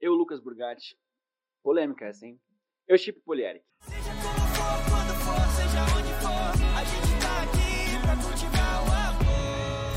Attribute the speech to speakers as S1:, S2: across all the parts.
S1: Eu, Lucas Burgatti. Polêmica essa, hein? Eu chipo Polieric.
S2: Seja como for, quando for, seja onde for, a gente tá aqui pra cultivar o amor.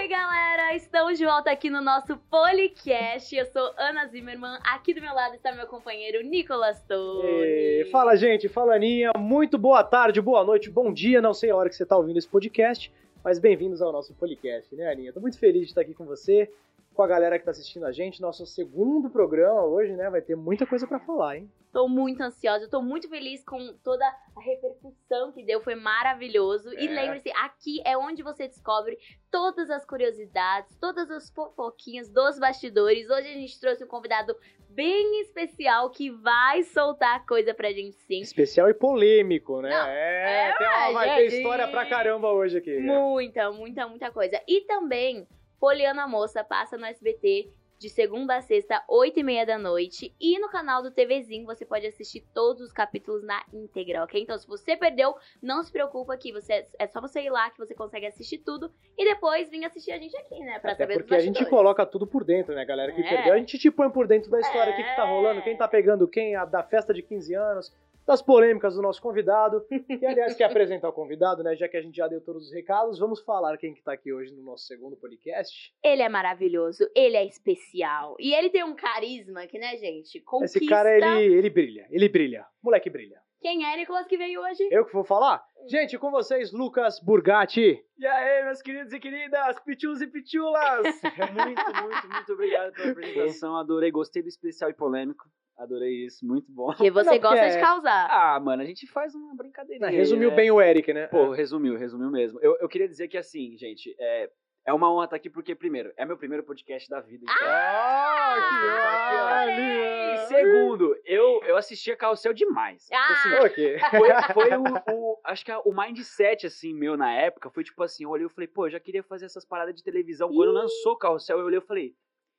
S3: Oi, galera! Estamos de volta aqui no nosso Policast. Eu sou Ana Zimmermann. Aqui do meu lado está meu companheiro Nicolas Torre.
S4: E fala, gente, fala Aninha, muito boa tarde, boa noite, bom dia, não sei a hora que você está ouvindo esse podcast, mas bem-vindos ao nosso podcast, né, Aninha? Tô muito feliz de estar aqui com você, com a galera que está assistindo a gente, nosso segundo programa hoje, né? Vai ter muita coisa para falar, hein?
S3: Tô muito ansiosa, tô muito feliz com toda a repercussão que deu, foi maravilhoso. E
S4: É.
S3: lembre-se, aqui é onde você descobre todas as curiosidades, todas as fofoquinhas dos bastidores. Hoje a gente trouxe um convidado bem especial que vai soltar coisa pra gente sim.
S4: Especial e polêmico, né?
S3: Não,
S4: é,
S3: é,
S4: tem uma- vai
S3: gente.
S4: ter história pra caramba hoje aqui. né?
S3: Muita, muita, muita coisa. E também, Poliana Moça passa no SBT de segunda a sexta, oito e meia da noite. E no canal do TVzinho você pode assistir todos os capítulos na íntegra, ok? Então, se você perdeu, não se preocupa que você é só você ir lá que você consegue assistir tudo e depois vir assistir a gente aqui, né? Pra
S4: Até
S3: saber
S4: porque a
S3: dos
S4: gente
S3: bastidores.
S4: coloca tudo por dentro, né, galera? Que
S3: É.
S4: perdeu, a gente te põe por dentro da história, o que, que tá
S3: É.
S4: rolando, quem tá pegando quem, a da festa de 15 anos, das polêmicas do nosso convidado. E, aliás, quer apresentar o convidado, né? Já que a gente já deu todos os recados, vamos falar quem que tá aqui hoje no nosso segundo podcast.
S3: Ele é maravilhoso, ele é especial. E ele tem um carisma que, né, gente? Conquista.
S4: Esse cara, ele, ele brilha, ele brilha. Moleque brilha.
S3: Quem é Nicolas que veio hoje?
S4: Eu que vou falar? Gente, com vocês, Lucas Burgatti.
S1: E aí, meus queridos e queridas, pichus e pichulas!
S4: É
S1: muito, muito, muito obrigado pela apresentação. Adorei, gostei do especial e polêmico. Adorei isso, muito bom.
S3: Porque você
S4: Não, porque
S3: gosta
S4: é-
S3: de causar.
S1: Ah, mano, a gente faz uma brincadeirinha. aí,
S4: Resumiu
S3: É.
S1: né?
S4: bem o Eric, né?
S1: Pô, resumiu, resumiu mesmo. Eu, eu queria dizer que, assim, gente, é, é uma honra estar aqui porque, primeiro, é meu primeiro podcast da vida. então.
S3: Ah,
S4: Ah, que
S1: E
S4: maravilha!
S1: segundo, eu, eu assistia Carrossel demais.
S3: Ah!
S1: Assim,
S4: Ok.
S1: foi, foi o, o- Acho que a- o mindset, assim, meu na época, foi tipo assim: eu olhei e falei, pô, eu já queria fazer essas paradas de televisão. Quando lançou o Carrossel, eu olhei e falei,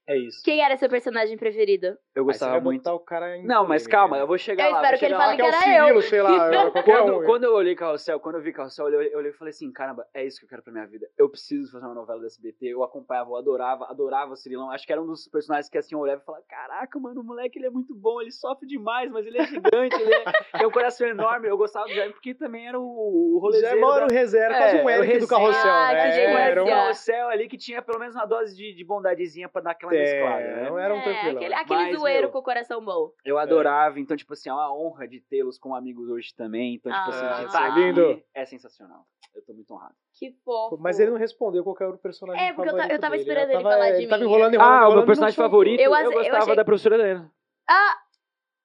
S1: é isso.
S3: Quem era seu personagem preferido?
S1: Eu gostava muito.
S4: Botar o cara em
S1: Não, mas
S4: polêmica,
S1: calma,
S4: né?
S1: eu vou chegar
S3: Eu
S1: lá.
S3: espero
S1: vou
S3: que ele
S1: chegar
S3: fale
S1: lá.
S4: que é o
S3: era
S4: Cirilo,
S3: eu.
S4: sei lá, qualquer
S1: É Quando,
S4: um.
S1: quando eu olhei Carrossel, quando eu vi Carrossel, eu olhei, eu olhei e falei assim, caramba, é isso que eu quero pra minha vida. Eu preciso fazer uma novela do SBT. Eu acompanhava, eu adorava, adorava o Cirilão. Acho que era um dos personagens que assim eu olhava e falava, caraca, mano, o moleque ele é muito bom, ele sofre demais, mas ele é gigante, ele é, tem um coração enorme. Eu gostava do Jaime porque também era o, o
S4: Já
S1: rolezeiro.
S4: mora
S1: da-
S4: o reserva,
S1: É,
S4: quase um
S1: é o
S4: Eric do
S1: reserva.
S4: carrossel,
S3: Ah,
S4: né?
S3: que
S1: É,
S3: demais,
S1: era um
S3: ó.
S1: carrossel ali que tinha pelo menos uma dose de, de bondadezinha pra dar aquela
S4: É,
S1: mesclada, né?
S4: Não era um
S3: É,
S4: tranquilão.
S3: Aquele, aquele
S1: Mas,
S3: zoeiro
S1: meu,
S3: com o coração bom.
S1: Eu adorava, então, tipo assim, é uma honra de tê-los como amigos hoje também. Então, tipo assim,
S3: Ah,
S1: de
S3: isso
S1: tá
S3: é
S1: aqui
S4: lindo.
S1: é sensacional. Eu tô muito honrado.
S3: Que fofo.
S4: Mas ele não respondeu qual que era o personagem
S3: É, porque eu ta-
S4: favorito
S3: eu tava
S4: dele, né?
S3: esperando ele
S4: tava,
S3: falar de
S4: Tava
S3: mim.
S4: enrolando, enrolando,
S1: Ah, o meu
S4: enrolando,
S1: personagem
S4: não soltou.
S1: favorito,
S3: Eu
S1: eu,
S3: ace- eu
S1: gostava
S3: achei-
S1: da professora Helena.
S3: Ah,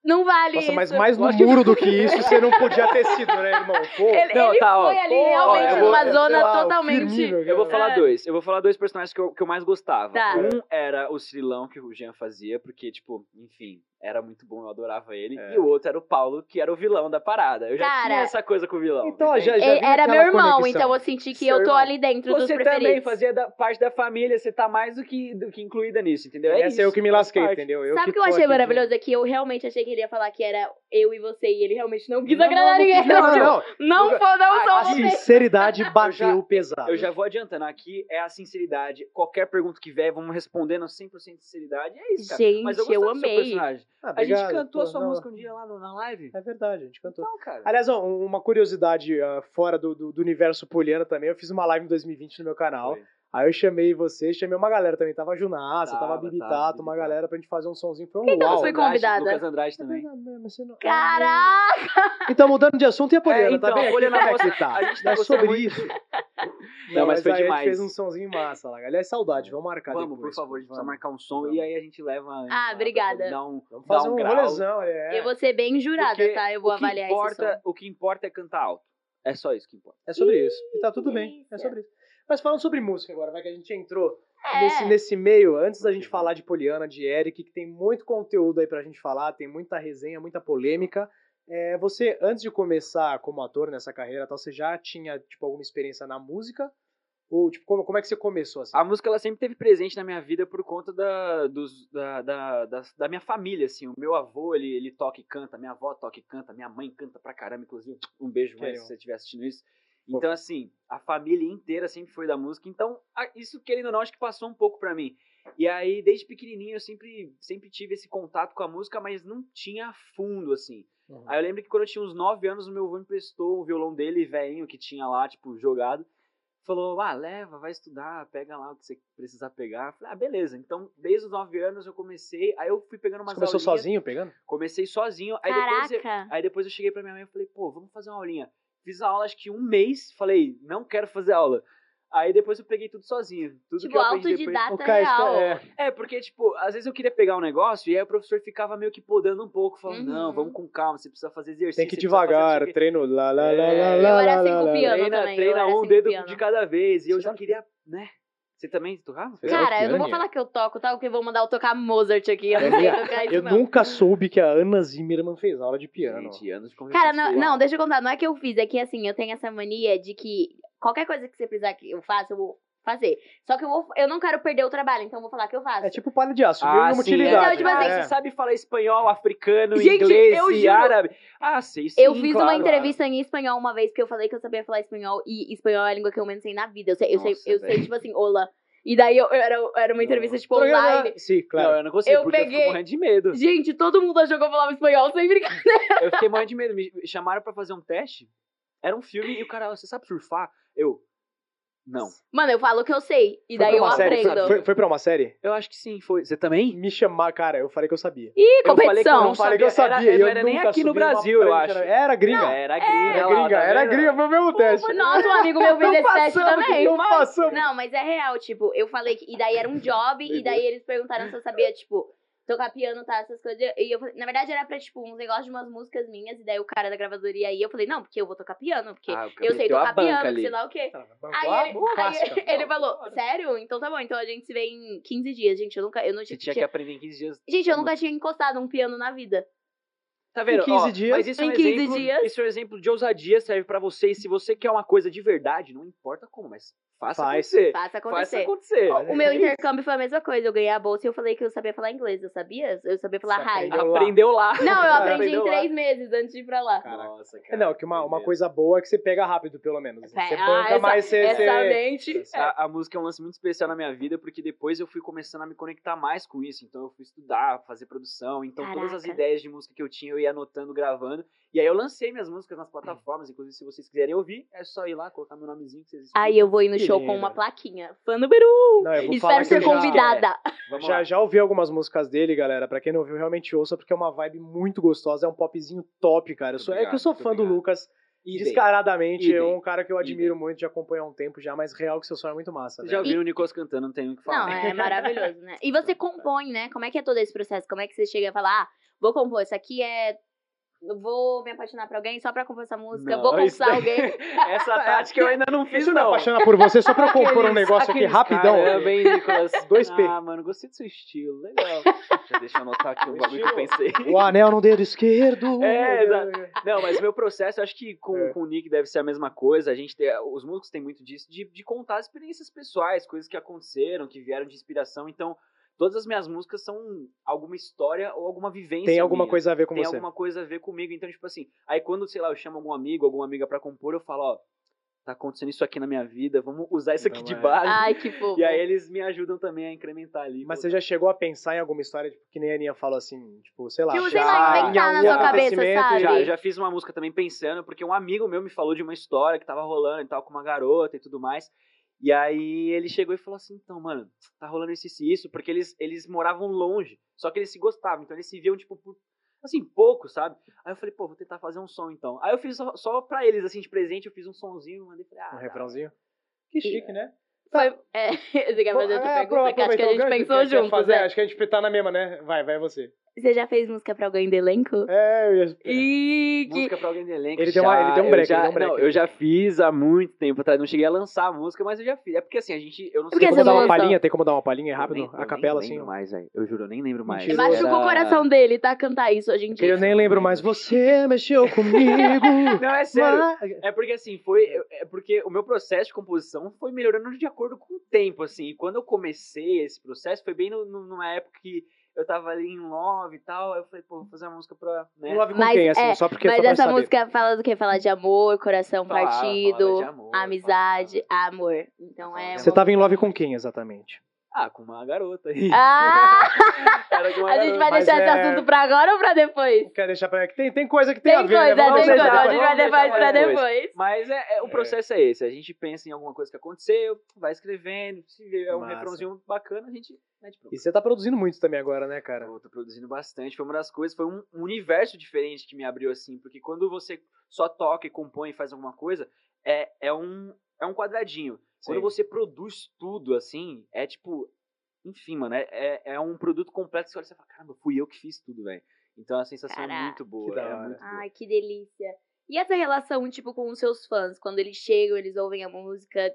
S3: não vale
S4: Nossa,
S3: isso.
S4: mas mais no
S1: Acho que-
S4: muro do que isso, você não podia ter sido, né, irmão? Pô,
S3: Ele,
S1: Não,
S3: ele
S1: tá, ó.
S3: foi ali
S4: pô,
S3: realmente
S1: eu ah, vou-
S3: numa
S4: sei
S3: zona
S4: lá, o
S3: totalmente...
S4: firmino,
S1: Eu vou
S4: cara.
S1: falar
S3: É.
S1: dois. Eu vou falar dois personagens que eu, que eu mais gostava.
S3: Tá.
S1: Um era o Cirilão que o Jean fazia, porque, tipo, enfim, era muito bom, eu adorava ele.
S4: É.
S1: E o outro era o Paulo, que era o vilão da parada. Eu já
S3: Cara,
S1: tinha essa coisa com o vilão.
S4: Então, ó,
S1: entende?
S4: já, já
S3: Ele
S4: vi
S3: era meu
S4: aquela
S3: irmão,
S4: conexão.
S3: então eu senti que eu
S1: Seu
S3: tô
S1: irmão.
S3: ali dentro dos
S1: Você
S3: preferidos.
S1: também fazia da- parte da família, você tá mais do que, do que incluída nisso, entendeu? É
S4: Essa
S1: isso,
S4: é eu que me
S1: faz
S4: lasquei,
S1: parte.
S4: entendeu?
S3: Sabe o que eu
S4: tô
S3: achei
S4: aqui de-
S3: maravilhoso? É que eu realmente achei que ele ia falar que era eu e você, e ele realmente não quis
S4: Não,
S3: agradar ninguém. Tipo,
S4: Não, não, não.
S3: Não,
S1: Nunca-
S3: foi, não
S1: Ah,
S3: sou
S4: A
S1: assim,
S3: você.
S4: sinceridade bateu
S1: Eu
S4: pesado.
S1: Eu já vou adiantando, aqui é a sinceridade. Qualquer pergunta que vier, vamos respondendo 100% de sinceridade. É isso, cara. Mas eu,
S3: Gente, eu
S1: gostava do seu
S3: amei.
S1: personagem.
S4: Ah,
S1: A gente
S4: obrigado,
S1: cantou a
S4: pô,
S1: sua
S4: não.
S1: música um dia lá no- na live?
S4: É verdade, a gente cantou.
S1: Então, cara.
S4: Aliás, ó, um- uma curiosidade ah, fora do, do- do universo poliana também. Eu fiz uma live em 2020 no meu canal.
S1: Foi.
S4: Aí eu chamei vocês, chamei uma galera também. Tava a Junassa, tava, a
S1: Tava,
S4: Bibi
S1: tava,
S4: Tato,
S1: Bibi
S4: uma
S1: Tato.
S4: galera pra gente fazer um sonzinho. Foi um
S3: Quem que eu não
S4: uau.
S3: fui
S1: Lucas Andrade,
S3: convidada?
S1: Lucas Andrade
S4: É
S1: também.
S4: verdade, né? Mas você não-
S3: Caraca!
S4: Então, mudando de assunto, e a Poliana?
S1: É, então,
S4: tá bem?
S1: a Poliana
S4: Como é
S1: gosta-
S4: que tá?
S1: a gente tá
S4: é
S1: gostando
S4: sobre
S1: muito.
S4: isso.
S1: Não, mas foi
S4: aí A
S1: demais.
S4: gente fez um sonzinho massa lá. Aliás, saudade, vamos marcar
S1: Vamos, por
S4: depois.
S1: favor, a gente precisa
S4: vamos.
S1: marcar um som
S4: Vamos.
S1: e aí a gente leva. a Ana
S3: Ah,
S1: lá
S3: obrigada.
S1: pra poder dar um-
S4: Vamos
S1: Dá
S4: fazer
S1: um
S4: um,
S1: grau.
S4: rolezão, é.
S3: Eu vou ser bem jurada,
S1: Porque
S3: tá? Eu vou
S1: o que
S3: avaliar
S1: importa,
S3: esse som.
S1: O que importa é cantar alto. É só isso que importa.
S4: É sobre isso. E tá tudo
S3: que
S4: bem,
S3: delícia.
S4: é sobre isso. Mas falando sobre música agora, vai que a gente entrou
S3: É.
S4: nesse, nesse meio, antes da gente falar de Poliana, de Eric, que tem muito conteúdo aí pra gente falar, tem muita resenha, muita polêmica. É, você, antes de começar como ator nessa carreira, e tal, você já tinha tipo, alguma experiência na música? Ou tipo, como, como é que você começou assim?
S1: A música ela sempre teve presente na minha vida por conta da, dos- da, da, da, da minha família, assim. O meu avô, ele, ele toca e canta, minha avó toca e canta, minha mãe canta pra caramba, inclusive. Um beijo, mãe,
S4: Queriam.
S1: se você estiver assistindo isso. Então, assim, a família inteira sempre foi da música. Então, a- isso, querendo ou não, acho que passou um pouco pra mim. E aí, desde pequenininho, eu sempre, sempre tive esse contato com a música, mas não tinha fundo, assim.
S4: Uhum.
S1: Aí eu lembro que quando eu tinha uns 9 anos, o meu avô me emprestou o violão dele, velhinho, que tinha lá, tipo, jogado. Falou, ah, leva, vai estudar, pega lá o que você precisar pegar. Eu Falei, ah, beleza. Então, desde os 9 anos eu comecei, aí eu fui pegando umas
S4: Você começou
S1: aulinhas.
S4: sozinho pegando?
S1: Comecei sozinho, aí depois eu,
S3: Caraca!
S1: Aí depois eu cheguei pra minha mãe e falei, pô, vamos fazer uma aulinha. Fiz a aula acho que um mês, falei, não quero fazer aula. Aí depois eu peguei tudo sozinho. Tudo que
S3: Tipo,
S1: eu aprendi depois...
S3: autodidata
S4: cara, isso
S3: real.
S4: é-
S1: É, porque, tipo, às vezes eu queria pegar um negócio e aí o professor ficava meio que podando um pouco, falando,
S3: Uhum.
S1: não, vamos com calma, você precisa fazer exercício.
S4: Tem que ir
S1: você precisa fazer não sei
S4: devagar,
S1: o quê."
S4: treino lá, lá, lá,
S1: É,
S4: lá,
S1: eu
S4: lá, lá,
S3: era assim com
S4: lá,
S3: o piano.
S4: lá.
S1: Treina,
S3: também, eu
S1: treina
S3: era
S1: um
S3: assim,
S1: dedo
S3: piano.
S1: de cada vez. E eu
S4: Você
S1: já
S4: já-
S1: queria, né? Você também tocava?
S4: Você um
S3: Cara, eu não vou
S4: Pianinha.
S3: falar que eu toco, tá? Porque vão mandar eu tocar Mozart aqui. Eu não sei
S4: Pianinha.
S3: tocar isso,
S4: É, Eu
S3: não.
S4: nunca soube que a Ana Zimmerman fez aula de piano.
S1: Gente, anos de
S3: Cara,
S1: convivência.
S3: não, não, deixa eu contar. Não é que eu fiz, é que assim, eu tenho essa mania de que qualquer coisa que você precisar que eu faça, eu vou fazer. Só que eu, vou, eu não quero perder o trabalho, então eu vou falar que eu faço.
S4: É tipo palha de aço, viu?
S1: Ah,
S4: Nenhuma
S1: sim,
S4: utilidade.
S3: Então, tipo assim,
S1: Ah,
S4: né?
S1: você sabe falar espanhol, africano,
S3: Gente,
S1: inglês
S3: eu
S1: e
S3: juro.
S1: árabe. Ah, sei sim,
S3: eu fiz uma
S1: claro.
S3: entrevista em espanhol uma vez, porque eu falei que eu sabia falar espanhol, e espanhol é a língua que eu menos sei na vida. Eu sei, eu
S1: Nossa,
S3: sei, eu sei
S1: velho.
S3: tipo assim, olá. E daí eu, eu era, era uma entrevista, tipo,
S4: Programa-
S3: online.
S4: Sim,
S1: Não,
S4: claro.
S1: eu não consigo,
S3: Eu
S1: porque eu
S3: peguei-
S1: fico morrendo de medo.
S3: Gente, todo mundo achou que eu falava espanhol sem brincar.
S1: Eu fiquei morrendo de medo. Me chamaram pra fazer um teste. Era um filme e o cara, você sabe surfar? Eu. Não.
S3: Mano, eu falo o que eu sei. E daí
S4: pra
S3: eu
S4: uma série,
S3: aprendo.
S4: foi, foi, foi pra uma série?
S1: Eu acho que sim, foi. Você também?
S4: Me chamar, cara, eu falei que eu sabia.
S3: Ih,
S1: Eu falei que eu
S3: competição.
S1: não
S4: Falei que eu
S1: Sabia, era-
S4: sabia. e
S1: não
S4: eu
S1: era nem
S4: nunca
S1: aqui no
S4: subi uma
S1: Brasil, eu
S4: prancha,
S1: acho.
S4: Era gringa.
S1: Era gringa.
S4: Era
S1: lá,
S4: gringa,
S1: tá
S4: era
S1: vendo?
S4: gringa, foi o mesmo teste.
S1: Tipo,
S3: Nossa, um amigo meu fez
S4: Não
S3: esse teste
S4: passamos,
S3: também.
S4: Não passamos.
S3: Não, mas é real, tipo, eu falei que. E daí era um job, e
S1: Uhum.
S3: daí eles perguntaram se eu sabia, tipo, tocar piano, tá, essas coisas. E eu falei, na verdade era pra, tipo, uns negócios de umas músicas minhas, e daí o cara da gravadoria aí, eu falei, não, porque eu vou tocar piano, porque
S1: Ah,
S3: eu sei
S1: meteu a
S3: tocar
S1: banca
S3: piano,
S1: ali.
S3: sei lá o quê. Aí
S4: Ah,
S3: ele,
S4: boa,
S3: aí
S4: clássica.
S3: ele falou, sério? Então tá bom, então a gente se vê em 15 dias, gente. Eu nunca, eu não
S1: Você
S3: tipo, tinha.
S1: tinha que aprender em 15 dias.
S3: Gente, eu nunca tinha encostado um piano na vida.
S1: Tá vendo?
S4: Em 15
S1: Ó,
S4: dias.
S1: Mas isso é um
S3: Em 15
S1: exemplo,
S3: dias.
S1: Isso é um exemplo de ousadia, serve pra você. E se você quer uma coisa de verdade, não importa como, mas faça
S4: Faz.
S1: acontecer.
S3: Faça
S1: Faça
S3: acontecer.
S1: acontecer.
S3: Ó, O meu intercâmbio foi a mesma coisa. Eu ganhei a bolsa e eu falei que eu sabia falar inglês. Eu sabia? Eu sabia falar
S4: Você
S3: raio.
S4: aprendeu
S1: Aprendeu lá.
S3: Não, eu aprendi
S1: Aprendeu
S3: em
S1: lá.
S3: três meses antes de ir pra lá.
S1: Nossa,
S4: É,
S1: cara.
S4: Não, que uma, uma
S1: Beleza.
S4: coisa boa é que você pega rápido, pelo menos.
S3: Pé,
S4: Você
S3: ah,
S4: banca
S3: essa-
S4: mais, você...
S3: Essa
S4: você-
S3: mente.
S1: A, a música é um lance muito especial na minha vida, porque depois eu fui começando a me conectar mais com isso. Então eu fui estudar, fazer produção. Então todas as
S3: Caraca.
S1: ideias de música que eu tinha, eu ia anotando, gravando. E aí eu lancei minhas músicas nas plataformas. Inclusive, se vocês quiserem ouvir, é só ir lá, colocar meu nomezinho que vocês escutam.
S3: Aí eu vou ir no
S4: Que
S3: show
S4: lindo.
S3: com uma plaquinha. Fã número um.
S4: Não, eu vou falar
S3: Espero
S4: que eu já-
S3: ser convidada.
S1: Vamos
S4: Já,
S1: lá.
S4: já ouvi algumas músicas dele, galera. Pra quem não ouviu, realmente ouça, porque é uma vibe muito gostosa. É um popzinho top, cara. Eu sou, é que eu sou
S1: Obrigado,
S4: fã do
S1: obrigado.
S4: Lucas,
S1: Idem.
S4: descaradamente.
S1: Idem.
S4: É um cara que eu admiro muito, já acompanho há um tempo já, mas real que seu som é muito massa,
S1: Vocês
S4: velho.
S1: já ouviram o Nicolas cantando, não tem o que falar.
S3: Não, é maravilhoso, né? E você compõe, né? Como é que é todo esse processo? Como é que você chega a falar, ah, vou compor, isso aqui é. eu Vou me apaixonar por alguém só pra compor essa música,
S1: Não,
S3: vou
S1: isso
S3: conquistar
S1: daí-
S3: alguém.
S1: Essa tática eu ainda não é fiz,
S4: Deixa eu me
S1: não.
S4: apaixonar Tá por você só pra eu compor um negócio aqui
S1: Aqueles né,
S4: rapidão.
S1: Caramba, hein, Nicolas?
S4: 2P.
S1: Ah, mano, gostei do seu estilo. Legal. Já deixa eu anotar aqui um bagulho que eu pensei.
S4: O anel no dedo esquerdo.
S1: É, exato. Não, mas meu processo, acho que com,
S4: É.
S1: com o Nick deve ser a mesma coisa. A gente tem, os músicos têm muito disso, de, de contar as experiências pessoais, coisas que aconteceram, que vieram de inspiração. Então, todas as minhas músicas são alguma história ou alguma vivência.
S4: Tem alguma
S1: minha.
S4: coisa a ver com
S1: Tem
S4: você.
S1: alguma coisa a ver comigo. Então, tipo assim, aí quando, sei lá, eu chamo algum amigo, alguma amiga pra compor, eu falo, ó, tá acontecendo isso aqui na minha vida, vamos usar isso aqui
S4: Não
S1: de
S4: é.
S1: base.
S3: Ai, que fofo.
S1: E aí eles me ajudam também a incrementar ali.
S4: Mas
S1: Pô,
S4: você já chegou a pensar em alguma história, tipo, que nem a Aninha falou assim, tipo, sei lá,
S3: Tipo, sei
S4: já,
S3: lá,
S4: em
S3: inventar na
S4: algum
S3: sua cabeça,
S4: acontecimento,
S3: sabe?
S4: já-
S1: Já,
S3: Sim.
S1: já fiz uma música também pensando, porque um amigo meu me falou de uma história que tava rolando e tal, com uma garota e tudo mais. E aí ele chegou e falou assim, então, mano, tá rolando isso e isso, porque eles, eles moravam longe, só que eles se gostavam, então eles se viam, tipo, por, assim, pouco, sabe? Aí eu falei, pô, vou tentar fazer um som então. Aí eu fiz só, só pra eles, assim, de presente, eu fiz um sonzinho, mandei falei, ah,
S4: Um refrãozinho. Que chique, né?
S3: Foi... É, você quer fazer outra
S4: É,
S3: pergunta? Que acho que
S4: aproveitar
S3: a
S4: o
S3: gente
S4: gancho
S3: pensou
S4: que quer
S3: juntos,
S4: fazer,
S3: né?
S4: Acho que a gente tá na mesma, né? Vai, vai você.
S3: Você já fez música pra alguém do elenco?
S4: É, eu ia...
S3: Ih, que
S1: música pra alguém do elenco.
S4: Ele deu uma-
S1: já,
S4: ele deu um
S1: eu
S4: break,
S1: já-
S4: ele deu um break.
S1: Não, eu já fiz há muito tempo atrás, não cheguei a lançar a música, mas eu já fiz. É porque assim, a gente, eu
S3: Por
S1: não sei...
S3: que
S4: Tem
S3: você
S4: como dar
S3: não
S4: uma
S3: lançou?
S4: palhinha? Tem como dar uma palhinha
S1: Eu
S4: rápido?
S1: nem-
S4: a capela,
S1: Eu nem
S4: assim.
S1: lembro mais, velho. Eu juro, eu nem lembro mais.
S4: Mentira.
S3: Machucou
S1: Era-
S3: o coração dele, tá? Cantar isso hoje em
S4: Que eu
S3: dia.
S4: nem lembro mais. Você mexeu comigo.
S1: Não, é sério.
S4: mas-
S1: É porque assim, foi. eu- É porque o meu processo de composição foi melhorando de acordo com o tempo, assim. E quando eu comecei esse processo, foi bem no- no- numa época que eu tava ali em love e tal. Aí eu falei, pô, vou fazer uma música pra. Né?
S4: Não lave com
S3: Mas
S4: quem, assim,
S3: é,
S4: só porque só
S3: Mas
S4: pra
S3: essa
S4: saber.
S3: música fala do quê? Fala de amor, coração
S1: Falava, falava
S3: partido,
S1: de amor,
S3: amizade, amor. Então
S1: Falava de
S3: é.
S1: amor.
S4: Você tá
S3: uma-
S4: tava em love com quem, exatamente?
S1: Ah, com uma garota aí.
S3: Ah!
S1: Era com uma
S3: A gente
S1: garota.
S3: vai
S4: mas
S3: deixar esse
S4: é-
S3: assunto pra agora ou pra depois?
S4: Quer deixar pra. Tem, tem coisa que tem,
S3: Tem
S4: a ver,
S3: coisa,
S4: né? Vamos
S3: tem
S4: deixar
S3: coisa.
S1: pra-
S3: A gente vai
S1: vamos
S3: depois
S1: deixar
S3: pra
S1: pra depois.
S3: depois.
S1: Mas é, é- o processo é. esse. A gente pensa em alguma coisa que aconteceu, vai escrevendo. Se vier um
S4: Massa.
S1: refrãozinho bacana, a gente mete pro.
S4: E você tá produzindo muito também agora, né, cara?
S1: Eu tô produzindo bastante. Foi uma das coisas, foi um um universo diferente que me abriu assim. Porque quando você só toca e compõe e faz alguma coisa, é, é, um, é um quadradinho. Quando
S4: Sim.
S1: você produz tudo assim, é tipo. Enfim, mano, é- é, é um produto completo. Você olha e você fala, caramba, fui eu que fiz tudo, velho. Então é uma sensação
S3: Caraca.
S1: muito boa.
S4: Que da
S1: é
S4: hora.
S1: muito boa.
S3: Ai, que delícia. E essa relação, tipo, com os seus fãs? Quando eles chegam, eles ouvem a música.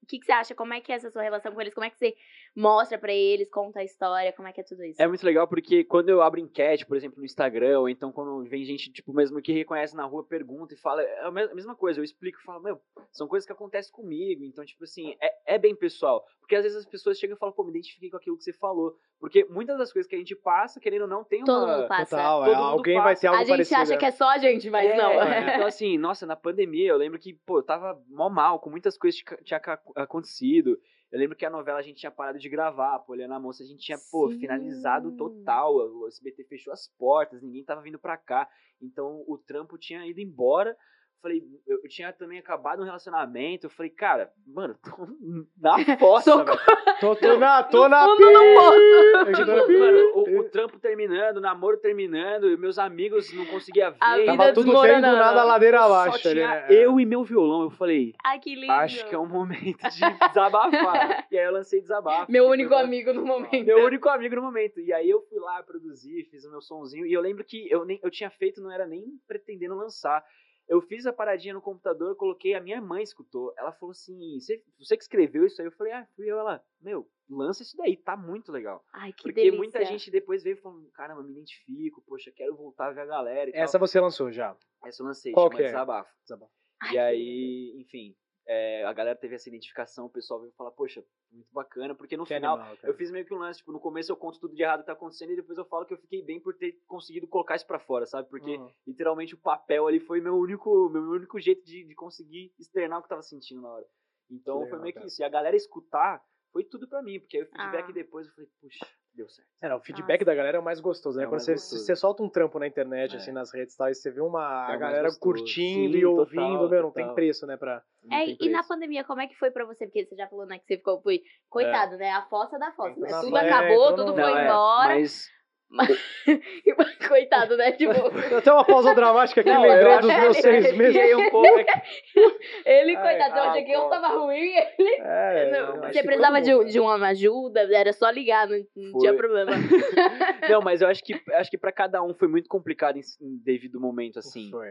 S3: O que, que você acha? Como é que é essa sua relação com eles? Como é que você mostra pra eles, conta a história? Como é que é tudo isso?
S1: É muito legal porque quando eu abro enquete, por exemplo, no Instagram, ou então quando vem gente, tipo, mesmo que reconhece na rua, pergunta e fala, é a mes- a mesma coisa, eu explico e falo, meu, são coisas que acontecem comigo, então, tipo assim, é, é bem pessoal. Porque às vezes as pessoas chegam e falam, pô, me identifiquei com aquilo que você falou. Porque muitas das coisas que a gente passa, querendo ou não, tem
S3: Todo
S1: uma.
S3: mundo passa.
S4: Total, é,
S1: Todo mundo
S4: alguém
S1: passa.
S4: vai ter algo
S3: a gente
S4: parecido. né?
S3: acha que é só a gente, mas
S1: É,
S3: não.
S1: é. Então, assim, nossa, na pandemia eu lembro que, pô, eu tava mó mal, com muitas coisas que tinha ca- acontecido. Eu lembro que a novela a gente tinha parado de gravar, pô, olhando a moça, a gente tinha, pô,
S3: Sim.
S1: finalizado total. O SBT fechou as portas, ninguém tava vindo pra cá. Então o trampo tinha ido embora. Falei, eu eu tinha também acabado um relacionamento. Eu falei, cara, mano, tô na fossa,
S3: Socorro.
S1: velho.
S4: Tô, tô na, tô na
S3: fundo do poço.
S4: Eu já tô na pi-
S1: Mano, o, o trampo terminando, o namoro terminando, e meus amigos não conseguiam ver.
S3: A vida
S4: Tava tudo bem, do
S3: desmoronando.
S4: nada a ladeira
S1: Só
S4: abaixo. ali,
S1: tinha
S4: né?
S1: eu e meu violão. Eu falei,
S3: Ai, que lindo.
S1: acho que é um momento de desabafar. e aí eu lancei desabafo.
S3: Meu
S1: E fui
S3: único
S1: falar-
S3: amigo no momento.
S1: Meu único amigo no momento. E aí eu fui lá produzir, fiz o meu sonzinho. E eu lembro que eu, nem, eu tinha feito, não era nem pretendendo lançar. Eu fiz a paradinha no computador, coloquei, a minha mãe escutou. Ela falou assim: você, você que escreveu isso aí? Eu falei, ah, fui eu. Ela, meu, lança isso daí, tá muito legal.
S3: Ai, que
S1: Porque
S3: delícia.
S1: muita gente depois veio falando, caramba, me identifico, poxa, quero voltar a ver a galera. E
S4: Essa você lançou já.
S1: tal. Essa eu lancei,
S4: Qual
S1: chama
S4: que é?
S1: desabafo.
S3: Ai,
S1: E aí, enfim, é, a galera teve essa identificação, o pessoal veio falar, poxa, muito bacana, porque no
S4: Que é
S1: final
S4: animal, cara.
S1: eu fiz meio que um lance, tipo, no começo eu conto tudo de errado que tá acontecendo e depois eu falo que eu fiquei bem por ter conseguido colocar isso pra fora, sabe? Porque
S3: Hum.
S4: Uhum.
S1: literalmente o papel ali foi meu único, meu único jeito de, de conseguir externar o que eu tava sentindo na hora. Então
S4: Que
S1: foi
S4: legal,
S1: meio
S4: cara.
S1: que isso. E a galera escutar foi tudo pra mim, porque aí o feedback
S3: Ah.
S1: depois eu falei, puxa, deu certo.
S4: É, o feedback
S3: Nossa.
S4: da galera é o mais gostoso, né?
S1: É o
S4: Quando
S1: mais
S4: você,
S1: gostoso.
S4: você solta um trampo na internet,
S1: É.
S4: assim, nas redes e tal, e você vê uma
S1: É
S4: a
S1: o mais
S4: galera
S1: gostoso.
S4: curtindo
S1: Sim,
S4: e ouvindo,
S1: total,
S4: meu, não
S1: total.
S4: tem preço, né? Pra...
S1: Não
S3: É,
S1: tem
S3: e na
S1: preço.
S3: pandemia, como é que foi pra você? Porque você já falou, né, que você ficou, foi,
S1: É.
S3: coitado, né, a fossa da fossa,
S4: Entrou
S3: né,
S4: na
S3: tudo
S4: fossa.
S3: acabou,
S4: É, entrou
S3: tudo
S4: no-
S3: foi
S1: Não, é,
S3: embora,
S1: Mas
S3: coitado, né, tipo,
S4: Até uma pausa dramática aqui,
S1: Não,
S4: lembrei
S1: eu
S4: dos
S1: acho-
S4: meus seis meses.
S1: arrepiei um pouco.
S3: ele,
S4: Ai,
S3: coitado, eu
S1: ah,
S3: achei que eu
S1: pô.
S3: tava ruim, ele...
S4: É,
S3: Não,
S4: eu acho
S3: você
S4: que
S3: precisava
S4: todo
S3: de, um-
S4: mundo,
S3: de uma ajuda, era só ligar, não, não tinha
S1: Foi.
S3: problema.
S1: Não, mas eu acho que acho que para cada um foi muito complicado em, em devido momento
S3: um
S4: né?
S1: assim.
S4: Foi.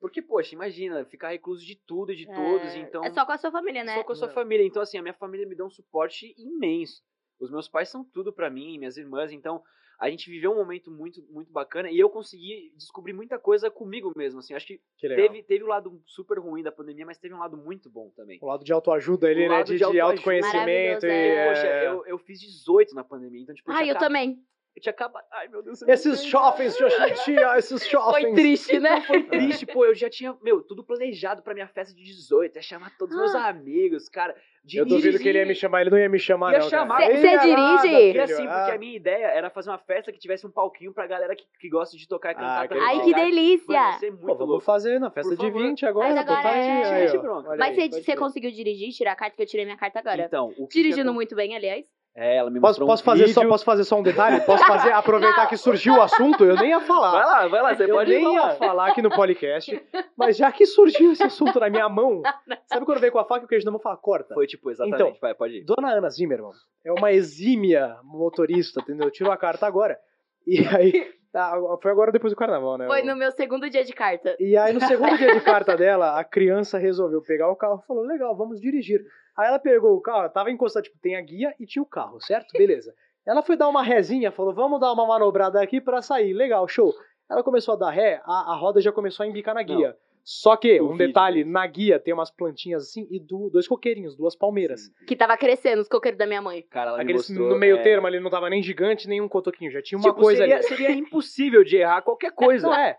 S1: Porque poxa, imagina, ficar recluso de tudo, e de todos, então
S3: É só com a sua família, né?
S1: só com a sua
S4: É.
S1: família. Então assim, a minha família me deu um suporte imenso. Os meus pais são tudo pra mim, minhas irmãs, então a gente viveu um momento muito muito bacana e eu consegui descobrir muita coisa comigo mesmo, assim. Acho que
S4: Que legal.
S1: teve teve o lado super ruim da pandemia, mas teve um lado muito bom também.
S4: O lado de autoajuda ali,
S1: O
S4: né?
S1: lado
S4: De,
S1: de
S4: de
S1: autoajuda.
S4: autoconhecimento. E,
S3: Maravilhoso,
S1: Poxa,
S4: é,
S1: eu, eu fiz 18 na pandemia, então tipo, eu
S3: Ai,
S1: tinha
S3: eu
S1: acabado-
S3: também.
S1: eu tinha acabado. Ai, meu Deus. eu não
S4: Esses
S1: sei.
S4: jovens de hoje em dia, esses jovens.
S3: Foi triste, né?
S1: Foi triste, pô. Eu já tinha, meu, tudo planejado pra minha festa de 18. Ia chamar todos os meus
S3: Ah.
S1: amigos, cara.
S4: Eu duvido que ele ia me chamar, ele não ia me chamar,
S1: Ia
S4: não.
S1: chamar.
S4: cara.
S3: Cê- cê
S4: Ele é nada,
S3: dirige?
S1: E
S4: filho,
S1: assim, porque
S4: ah.
S1: a minha ideia era fazer uma festa que tivesse um palquinho pra galera que, que gosta de tocar e cantar
S4: Ah, que
S1: também.
S3: Ai,
S4: legal.
S3: que
S1: Cara, Mano, ia
S3: delícia!
S1: ser
S4: Pô,
S1: muito
S4: vamos
S1: louco.
S4: fazer na festa
S1: Por
S4: de
S1: favor.
S4: 20 agora.
S3: Mas agora
S4: pô, tá
S3: é-
S4: aí,
S1: Mete
S4: ó.
S1: bronca.
S4: Olha
S3: Mas
S4: aí,
S3: você, é
S4: pode
S3: você
S4: crer.
S3: conseguiu dirigir, tirar a carta, que eu tirei minha carta agora.
S1: Então, o que que
S3: Dirigindo
S1: acon-
S3: muito bem, aliás.
S1: É, ela me
S4: Posso,
S1: mostrou
S4: posso
S1: um
S4: fazer só,
S1: vídeo.
S4: posso fazer só um detalhe? Posso fazer, aproveitar
S3: Não.
S4: que surgiu o assunto? Eu nem ia
S1: Vai
S4: falar.
S1: lá, vai lá, você
S4: eu
S1: pode
S4: nem
S1: ir
S4: ia falar aqui no podcast. Mas já que surgiu esse assunto na minha mão, sabe quando veio com a faca e o queijo na mão fala, corta?
S1: Foi tipo, exatamente,
S4: Então.
S1: vai, pode ir.
S4: Dona Ana Zimmermann é uma exímia motorista, entendeu? Tirou a carta agora. E aí, tá, foi agora depois do carnaval, né?
S3: Foi no meu segundo dia de carta.
S4: E aí, no segundo dia de carta dela, a criança resolveu pegar o carro e falou: legal, vamos dirigir. Aí ela pegou o carro, tava encostada, tipo, tem a guia e tinha o carro, certo? Beleza. Ela foi dar uma rézinha, falou: vamos dar uma manobrada aqui pra sair. Legal, show. Ela começou a dar ré, a, a roda já começou a embicar na guia. Só que,
S1: No
S4: um
S1: vídeo. né?
S4: detalhe, na guia tem umas plantinhas assim e du- dois coqueirinhos, duas palmeiras.
S3: Que tava crescendo, os coqueiros da minha mãe.
S1: Hum, Cara, ela
S4: Aqueles
S1: me mostrou.
S4: no meio
S1: é,
S4: termo ali não tava nem gigante, nem um cotoquinho, já tinha uma
S1: tipo,
S4: coisa
S1: seria,
S4: ali.
S1: seria impossível de errar qualquer coisa.
S4: Não é.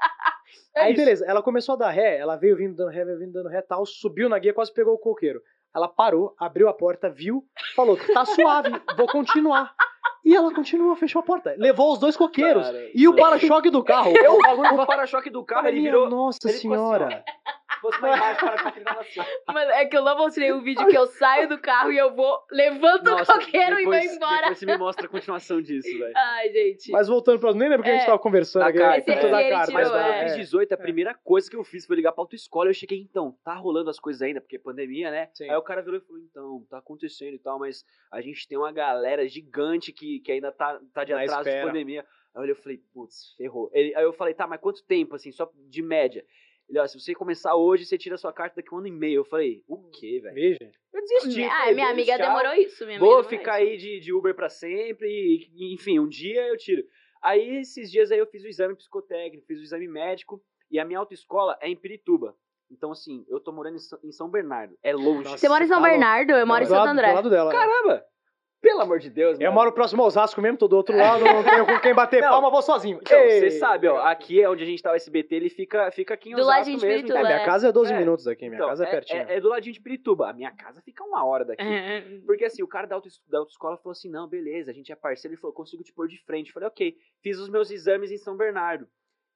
S4: Aí
S1: isso.
S4: beleza, ela começou a dar ré, ela veio vindo dando ré, veio vindo dando ré tal, subiu na guia, quase pegou o coqueiro. Ela parou, abriu a porta, viu, falou: tá suave, vou continuar. E ela continuou, fechou a porta. Levou os dois coqueiros
S1: Cara,
S4: e o para-choque do carro.
S1: Eu, o para-choque do carro, ele
S4: Minha
S1: virou.
S4: Nossa
S1: ele ficou
S4: senhora.
S1: assim, Você vai embaixo para continuar assim.
S3: Mano, é que eu não mostrei o vídeo que eu saio do carro e eu vou, levanto
S1: Nossa,
S3: o coqueiro e
S1: depois-
S3: vou embora.
S1: Depois você me mostra a continuação disso, velho.
S3: Ai, gente.
S4: Mas voltando pra. Nem lembro que a gente
S3: É.
S4: tava conversando
S1: Da
S4: aqui.
S1: carta,
S4: tanto
S1: é.
S4: da
S3: Ele
S4: carta,
S3: tirou,
S1: Mas
S4: mas
S1: quando
S3: é.
S1: eu fiz 18, a primeira coisa que eu fiz foi ligar pra autoescola. Eu cheguei, então, tá rolando as coisas ainda, porque pandemia, né?
S4: Sim.
S1: Aí o cara virou e falou, então, tá acontecendo e tal, mas a gente tem uma galera gigante que, que ainda tá, tá de
S4: Na
S1: atraso de
S4: espera.
S1: pandemia. Aí eu falei, putz, ferrou. Ele- aí eu falei, tá, mas quanto tempo, assim, só de média? Ele, ó, se você começar hoje, você tira a sua carta daqui a um ano e meio. Eu falei, o quê, velho?
S4: Veja.
S1: Eu desisti.
S3: ah,
S1: falei,
S3: minha
S1: vou
S3: amiga
S1: deixar.
S3: demorou isso, minha é
S1: Vou
S3: amiga demorou
S1: ficar
S3: isso.
S1: aí de, de Uber pra sempre e, e, enfim, um dia eu tiro. Aí, esses dias aí eu fiz o exame psicotécnico, fiz o exame médico e a minha autoescola é em Pirituba. Então, assim, eu tô morando em São, em São Bernardo. É longe.
S4: Nossa.
S3: Você mora em São
S4: Tá louco.
S3: Bernardo, eu moro em
S4: Do
S3: Santo
S4: lado-
S3: André.
S4: Do lado dela. né?
S1: Caramba! Pelo amor de Deus,
S4: Eu
S1: mano.
S4: moro próximo ao Osasco mesmo, tô do
S3: É.
S4: outro lado, não tenho com quem bater
S1: Não.
S4: palma, vou sozinho.
S1: Então,
S4: Ei.
S1: você sabe, ó, aqui é onde a gente tá, o SBT, ele fica, fica aqui em
S3: Do
S1: Osasco
S3: ladinho de
S1: mesmo.
S4: É,
S3: Pirituba.
S4: minha casa é 12
S1: É.
S4: minutos aqui, minha
S1: Então,
S4: casa é, pertinho.
S1: É, é do ladinho de Pirituba. A minha casa fica uma hora daqui.
S3: É.
S1: Porque assim, o cara da, auto, da autoescola falou assim: não, beleza, a gente é parceiro. Ele falou: consigo te pôr de frente. Eu falei: ok, fiz os meus exames em São Bernardo.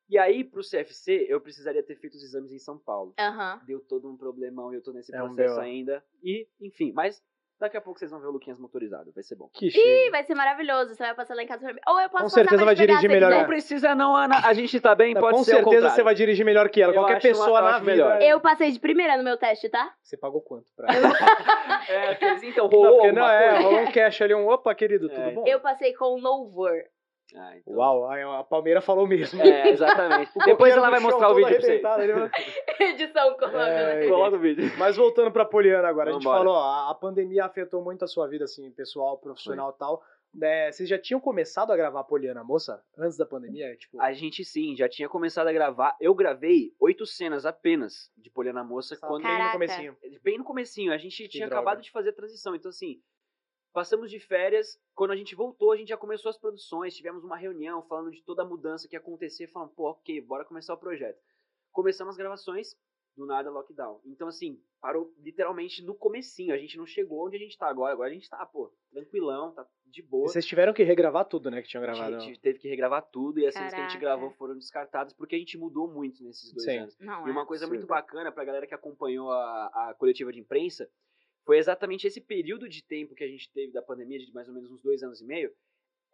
S1: E aí, pro CFC, eu precisaria ter feito os exames em São Paulo.
S3: Aham.
S1: Deu todo um problemão e eu tô nesse
S4: É um
S1: processo
S4: B.O.
S1: ainda. E, enfim, mas daqui a pouco vocês vão ver o Luquinhas motorizado, vai ser bom.
S4: Que chique.
S3: Ih, vai ser maravilhoso. Você vai passar lá em casa pra mim. Ou eu posso
S4: Com
S3: passar
S4: certeza vai
S3: pra te pegar,
S4: dirigir
S3: se
S4: melhor,
S1: Não
S3: quiser.
S1: precisa, não, Ana. A gente tá bem, pode
S4: Com
S1: ser. ao
S4: certeza
S1: contrário.
S4: você vai dirigir melhor que ela.
S1: Eu
S4: Qualquer
S1: acho uma-
S4: pessoa
S1: eu
S4: na
S1: acho
S4: vida. É.
S1: melhor.
S3: Eu passei de primeira no meu teste, tá?
S4: Você pagou quanto pra
S1: É, aqueles, então,
S4: Não,
S1: rolou
S4: porque
S1: alguma
S4: não, é,
S1: coisa.
S4: rolou um cash ali, um opa, querido, tudo
S1: É,
S4: bom?
S3: Eu passei com louvor.
S4: é,
S1: Ah, então.
S4: Uau, aí a Palmeira falou mesmo. um
S1: É, exatamente. Depois ela vai mostrar o vídeo pra vocês.
S4: vocês.
S3: Edição colômbia.
S4: É,
S1: Coloca o vídeo.
S4: Mas voltando pra Poliana agora, a gente
S1: Vambora.
S4: falou, ó, a- a pandemia afetou muito a sua vida, assim, pessoal, profissional e tal. Né, vocês já tinham começado a gravar a Poliana, moça? Antes da pandemia? Tipo,
S1: A gente sim, já tinha começado a gravar. Eu gravei oito cenas apenas de Poliana Moça
S4: tava
S1: quando
S4: bem
S3: Caraca.
S4: no comecinho.
S1: bem no comecinho. A gente tinha
S4: droga.
S1: acabado de fazer a transição, então assim, passamos de férias, quando a gente voltou, a gente já começou as produções, tivemos uma reunião falando de toda a mudança que ia acontecer, falando, pô, OK, bora começar o projeto. Começamos as gravações, do nada lockdown. Então assim, parou literalmente no comecinho. A gente não chegou onde a gente tá agora. Agora a gente tá, pô, tranquilão, tá de boa.
S4: E vocês tiveram que regravar tudo, né, que tinham
S1: A
S4: gravado.
S1: gente teve que regravar tudo e as cenas que a gente
S3: Caraca.
S1: gravou foram descartadas porque a gente mudou muito nesses dois
S4: Sim.
S1: anos.
S3: Não,
S1: E
S3: é
S1: uma coisa muito
S3: absurdo.
S1: bacana pra galera que acompanhou a, a coletiva de imprensa foi exatamente esse período de tempo que a gente teve da pandemia, de mais ou menos uns dois anos e meio.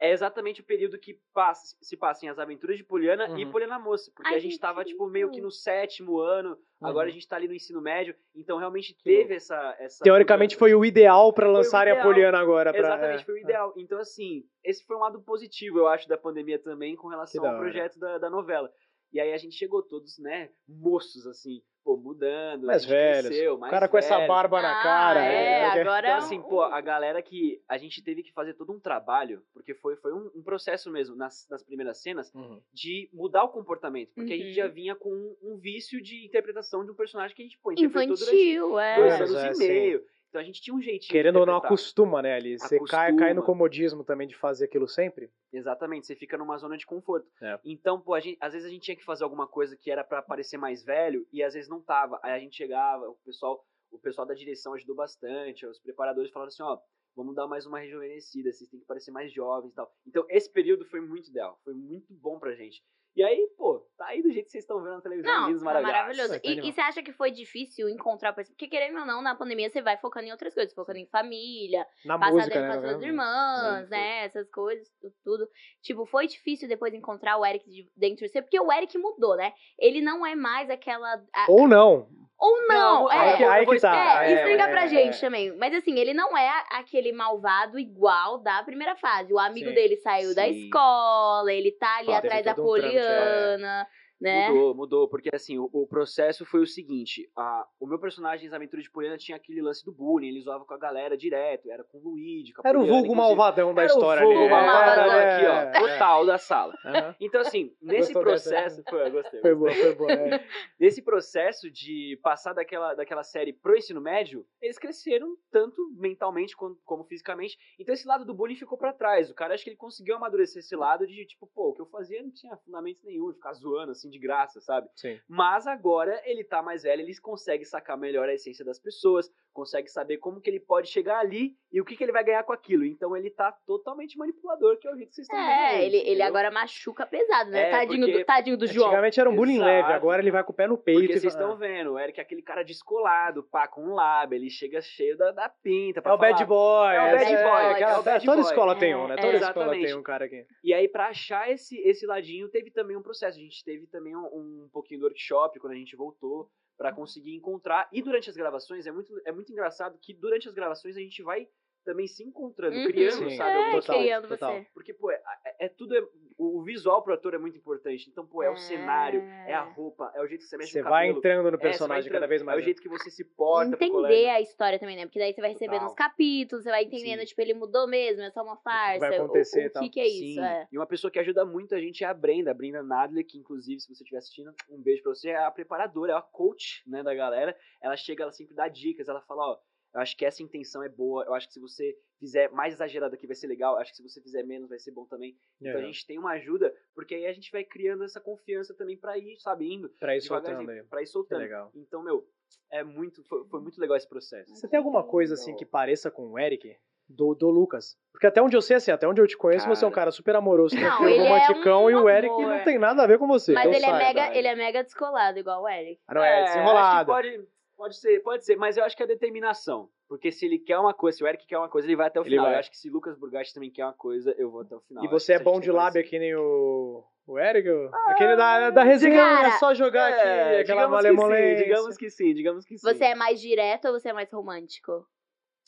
S1: É exatamente o período que passa, se passam as aventuras de Poliana e
S4: Uhum.
S1: Poliana Moça. Porque
S3: Ai,
S1: a gente
S3: que
S1: tava, tipo, meio que
S3: incrível.
S1: no sétimo ano, agora a
S4: Uhum.
S1: gente tá ali no ensino médio. Então, realmente
S4: louco.
S1: teve essa, essa.
S4: Teoricamente
S1: mudança.
S4: foi o ideal pra
S1: o
S4: lançarem a
S1: ideal.
S4: Poliana agora. Pra,
S1: Exatamente,
S4: é.
S1: foi o ideal. Então, assim, esse foi um lado positivo, eu acho, da pandemia também com relação
S4: Que da
S1: ao
S4: hora.
S1: projeto da, da novela. E aí a gente chegou todos, né, moços, assim, pô, mudando. a
S4: Mais
S1: gente
S4: velhos,
S1: cresceu,
S4: O
S1: mais
S4: cara com essa
S1: velhos.
S4: barba na
S3: Ah,
S4: cara.
S3: É,
S4: né?
S3: agora.
S1: Então,
S3: é
S1: assim,
S3: um-
S1: pô, a galera que a gente teve que fazer todo um trabalho, porque foi, foi um, um processo mesmo, nas, nas primeiras cenas,
S4: Uhum.
S1: de mudar o comportamento. Porque a
S3: Uhum.
S1: gente já vinha com um, um vício de interpretação de um personagem que a gente, pô, interpretou durante
S3: Infantil, é.
S1: dois
S4: É,
S1: anos
S4: é,
S1: e
S4: sim.
S1: meio. Então a gente tinha um jeitinho. de
S4: Querendo ou não,
S1: interpretar.
S4: acostuma, né, ali. Você cai, cai no
S1: Acostuma.
S4: comodismo também de fazer aquilo sempre.
S1: Exatamente, você fica numa zona de conforto.
S4: É.
S1: Então, pô, a gente- às vezes a gente tinha que fazer alguma coisa que era pra parecer mais velho e às vezes não tava. Aí a gente chegava, o pessoal, o pessoal da direção ajudou bastante, os preparadores falaram assim, ó, vamos dar mais uma rejuvenescida, vocês têm que parecer mais jovens e tal. Então, esse período foi muito ideal, foi muito bom pra gente. E aí, pô, tá aí do jeito que vocês estão vendo na televisão,
S3: Não,
S1: lindos,
S3: tá
S1: maravilhosos.
S3: maravilhoso.
S4: Tá
S3: E,
S4: animal.
S3: e você acha que foi difícil encontrar pessoas? Porque, querendo ou não, na pandemia você vai focando em outras coisas, focando em família,
S4: Na
S3: passar
S4: música,
S3: tempo
S4: né?
S3: com as suas irmãs,
S1: Sim,
S3: né? Essas coisas, tu- tudo. Tipo, foi difícil depois encontrar o Eric de- dentro de você, porque o Eric mudou, né? Ele não é mais aquela. a-
S4: Ou não.
S3: ou não,
S1: Não,
S3: é.
S4: aí, que- aí que tá.
S3: É,
S1: é,
S3: explica
S4: é,
S3: pra
S4: é.
S3: gente também. Mas assim, ele não é aquele malvado igual da primeira fase. O amigo
S4: Sim.
S3: dele saiu da
S1: Sim.
S3: escola, ele tá ali
S4: Ah, teve
S3: atrás da
S4: todo um trâmite, é.
S3: Poliana, né?
S1: Mudou, mudou, porque assim, o, o processo foi o seguinte, a, o meu personagem nas Aventuras de Poliana tinha aquele lance do bullying, ele zoava com a galera direto, era com o Luigi, com a
S4: Era o
S1: Poliana,
S4: vulgo
S1: inclusive.
S4: malvadão da
S1: Era o
S4: história
S1: vulgo
S4: ali. é,
S1: malvadão
S4: é,
S1: aqui, ó, total da sala.
S4: é. Aham.
S1: Então assim, nesse
S4: Gostou dessa? né?
S1: processo, foi, eu gostei.
S4: Foi boa, foi boa. é.
S1: Nesse processo de passar daquela, daquela série pro ensino médio, eles cresceram tanto mentalmente como, como fisicamente. Então esse lado do bullying ficou pra trás. O cara acho que ele conseguiu amadurecer esse lado de tipo, pô, o que eu fazia não tinha fundamento nenhum, de ficar zoando assim, assim de graça, sabe?
S4: Sim.
S1: Mas agora ele tá mais velho, ele consegue sacar melhor a essência das pessoas, consegue saber como que ele pode chegar ali e o que, que ele vai ganhar com aquilo. Então ele tá totalmente manipulador, que é o jeito que vocês estão vendo.
S3: É,
S1: hoje,
S3: ele, ele
S1: entendeu?
S3: agora machuca pesado, né?
S1: É,
S3: tadinho,
S1: porque-
S3: do, tadinho do João.
S4: Antigamente era um bullying
S1: Exato.
S4: leve, agora ele vai com o pé no peito.
S1: Porque
S4: e
S1: vocês
S4: fala, "Ah,
S1: estão vendo, o Eric é aquele cara descolado, pá, com um lábio, ele chega cheio da, da pinta.
S4: "Ah,
S1: Pra
S4: É o
S1: falar.
S4: bad boy.
S1: É o
S3: bad boy,
S4: aquela-
S1: é o bad
S4: toda
S1: boy.
S4: escola tem
S3: É,
S4: um, né?
S3: é.
S4: Toda escola
S1: Exatamente.
S4: tem um cara aqui.
S1: E aí, pra achar esse, esse ladinho, teve também um processo. A gente teve também um, um pouquinho do workshop quando a gente voltou pra conseguir encontrar. E durante as gravações, é muito, é muito engraçado que durante as gravações a gente vai também se encontrando,
S3: Uhum.
S1: criando,
S4: Sim.
S1: sabe?
S3: É,
S1: alguma
S4: total,
S1: coisa.
S3: criando
S4: total.
S3: você.
S1: Porque, pô, é, é- é tudo. É, o o visual pro ator é muito importante. Então, pô, é o cenário, é a roupa, é o jeito que você mexe
S4: Você
S1: no
S4: vai
S1: cabelo.
S4: entrando no
S1: é, você vai
S4: personagem cada
S1: entrando,
S4: vez mais.
S1: É o jeito que você se porta pro colega.
S3: entender a história também, né? Porque daí você vai recebendo
S1: Total.
S3: os capítulos, você vai entendendo,
S1: Sim.
S3: tipo, ele mudou mesmo, é só uma farsa.
S4: vai
S3: o-
S4: acontecer e
S3: o,
S4: tal.
S3: que, que é isso?
S1: Sim.
S3: É.
S1: E uma pessoa que ajuda muito a gente é a Brenda, a Brenda Nadler, que inclusive, se você estiver assistindo, um beijo pra você, é a preparadora, é a coach, né, da galera. Ela chega, ela sempre dá dicas, ela fala, ó, eu acho que essa intenção é boa, eu acho que se você fizer mais exagerado aqui vai ser legal, eu acho que se você fizer menos vai ser bom também.
S4: É,
S1: Então a gente tem uma ajuda, porque aí a gente vai criando essa confiança também pra ir, sabe, indo
S4: Pra ir soltando aí.
S1: devagarzinho, pra ir
S4: Que
S1: soltando.
S4: legal.
S1: Então, meu, é muito, foi, foi muito legal esse processo.
S4: Você tem alguma coisa assim que pareça com o Eric? Do, do Lucas. Porque até onde eu sei, assim, até onde eu te conheço, você é um
S1: Cara.
S4: cara super amoroso,
S3: Não,
S4: tranquilo,
S3: ele é
S4: romanticão,
S3: um
S4: e o Eric
S3: amor.
S4: não tem nada a ver com você.
S3: Mas
S4: que eu
S3: ele é,
S4: então saiba.
S3: mega,
S1: velho.
S3: ele é mega descolado, igual o Eric.
S4: Ah, não, é,
S1: acho que
S4: desenrolado.
S1: Pode, pode ser, pode ser, mas eu acho que é determinação. Porque se ele quer uma coisa, se o Eric quer uma coisa, ele vai até o
S4: Ele
S1: final.
S4: vai.
S1: Eu acho que se Lucas Burgatti também quer uma coisa, eu vou até o final.
S4: E
S1: Eu acho
S4: você é
S1: que isso a
S4: bom
S1: gente
S4: de
S1: tem que
S4: lábio
S1: fazer.
S4: que nem o, o Eric? o- Aquele da, da resenha,
S3: Ah, Cara,
S4: é só jogar aqui,
S1: É,
S4: aquela
S1: digamos que sim,
S4: malemolência.
S1: digamos que sim, digamos que sim.
S3: Você é mais direto ou você é mais romântico?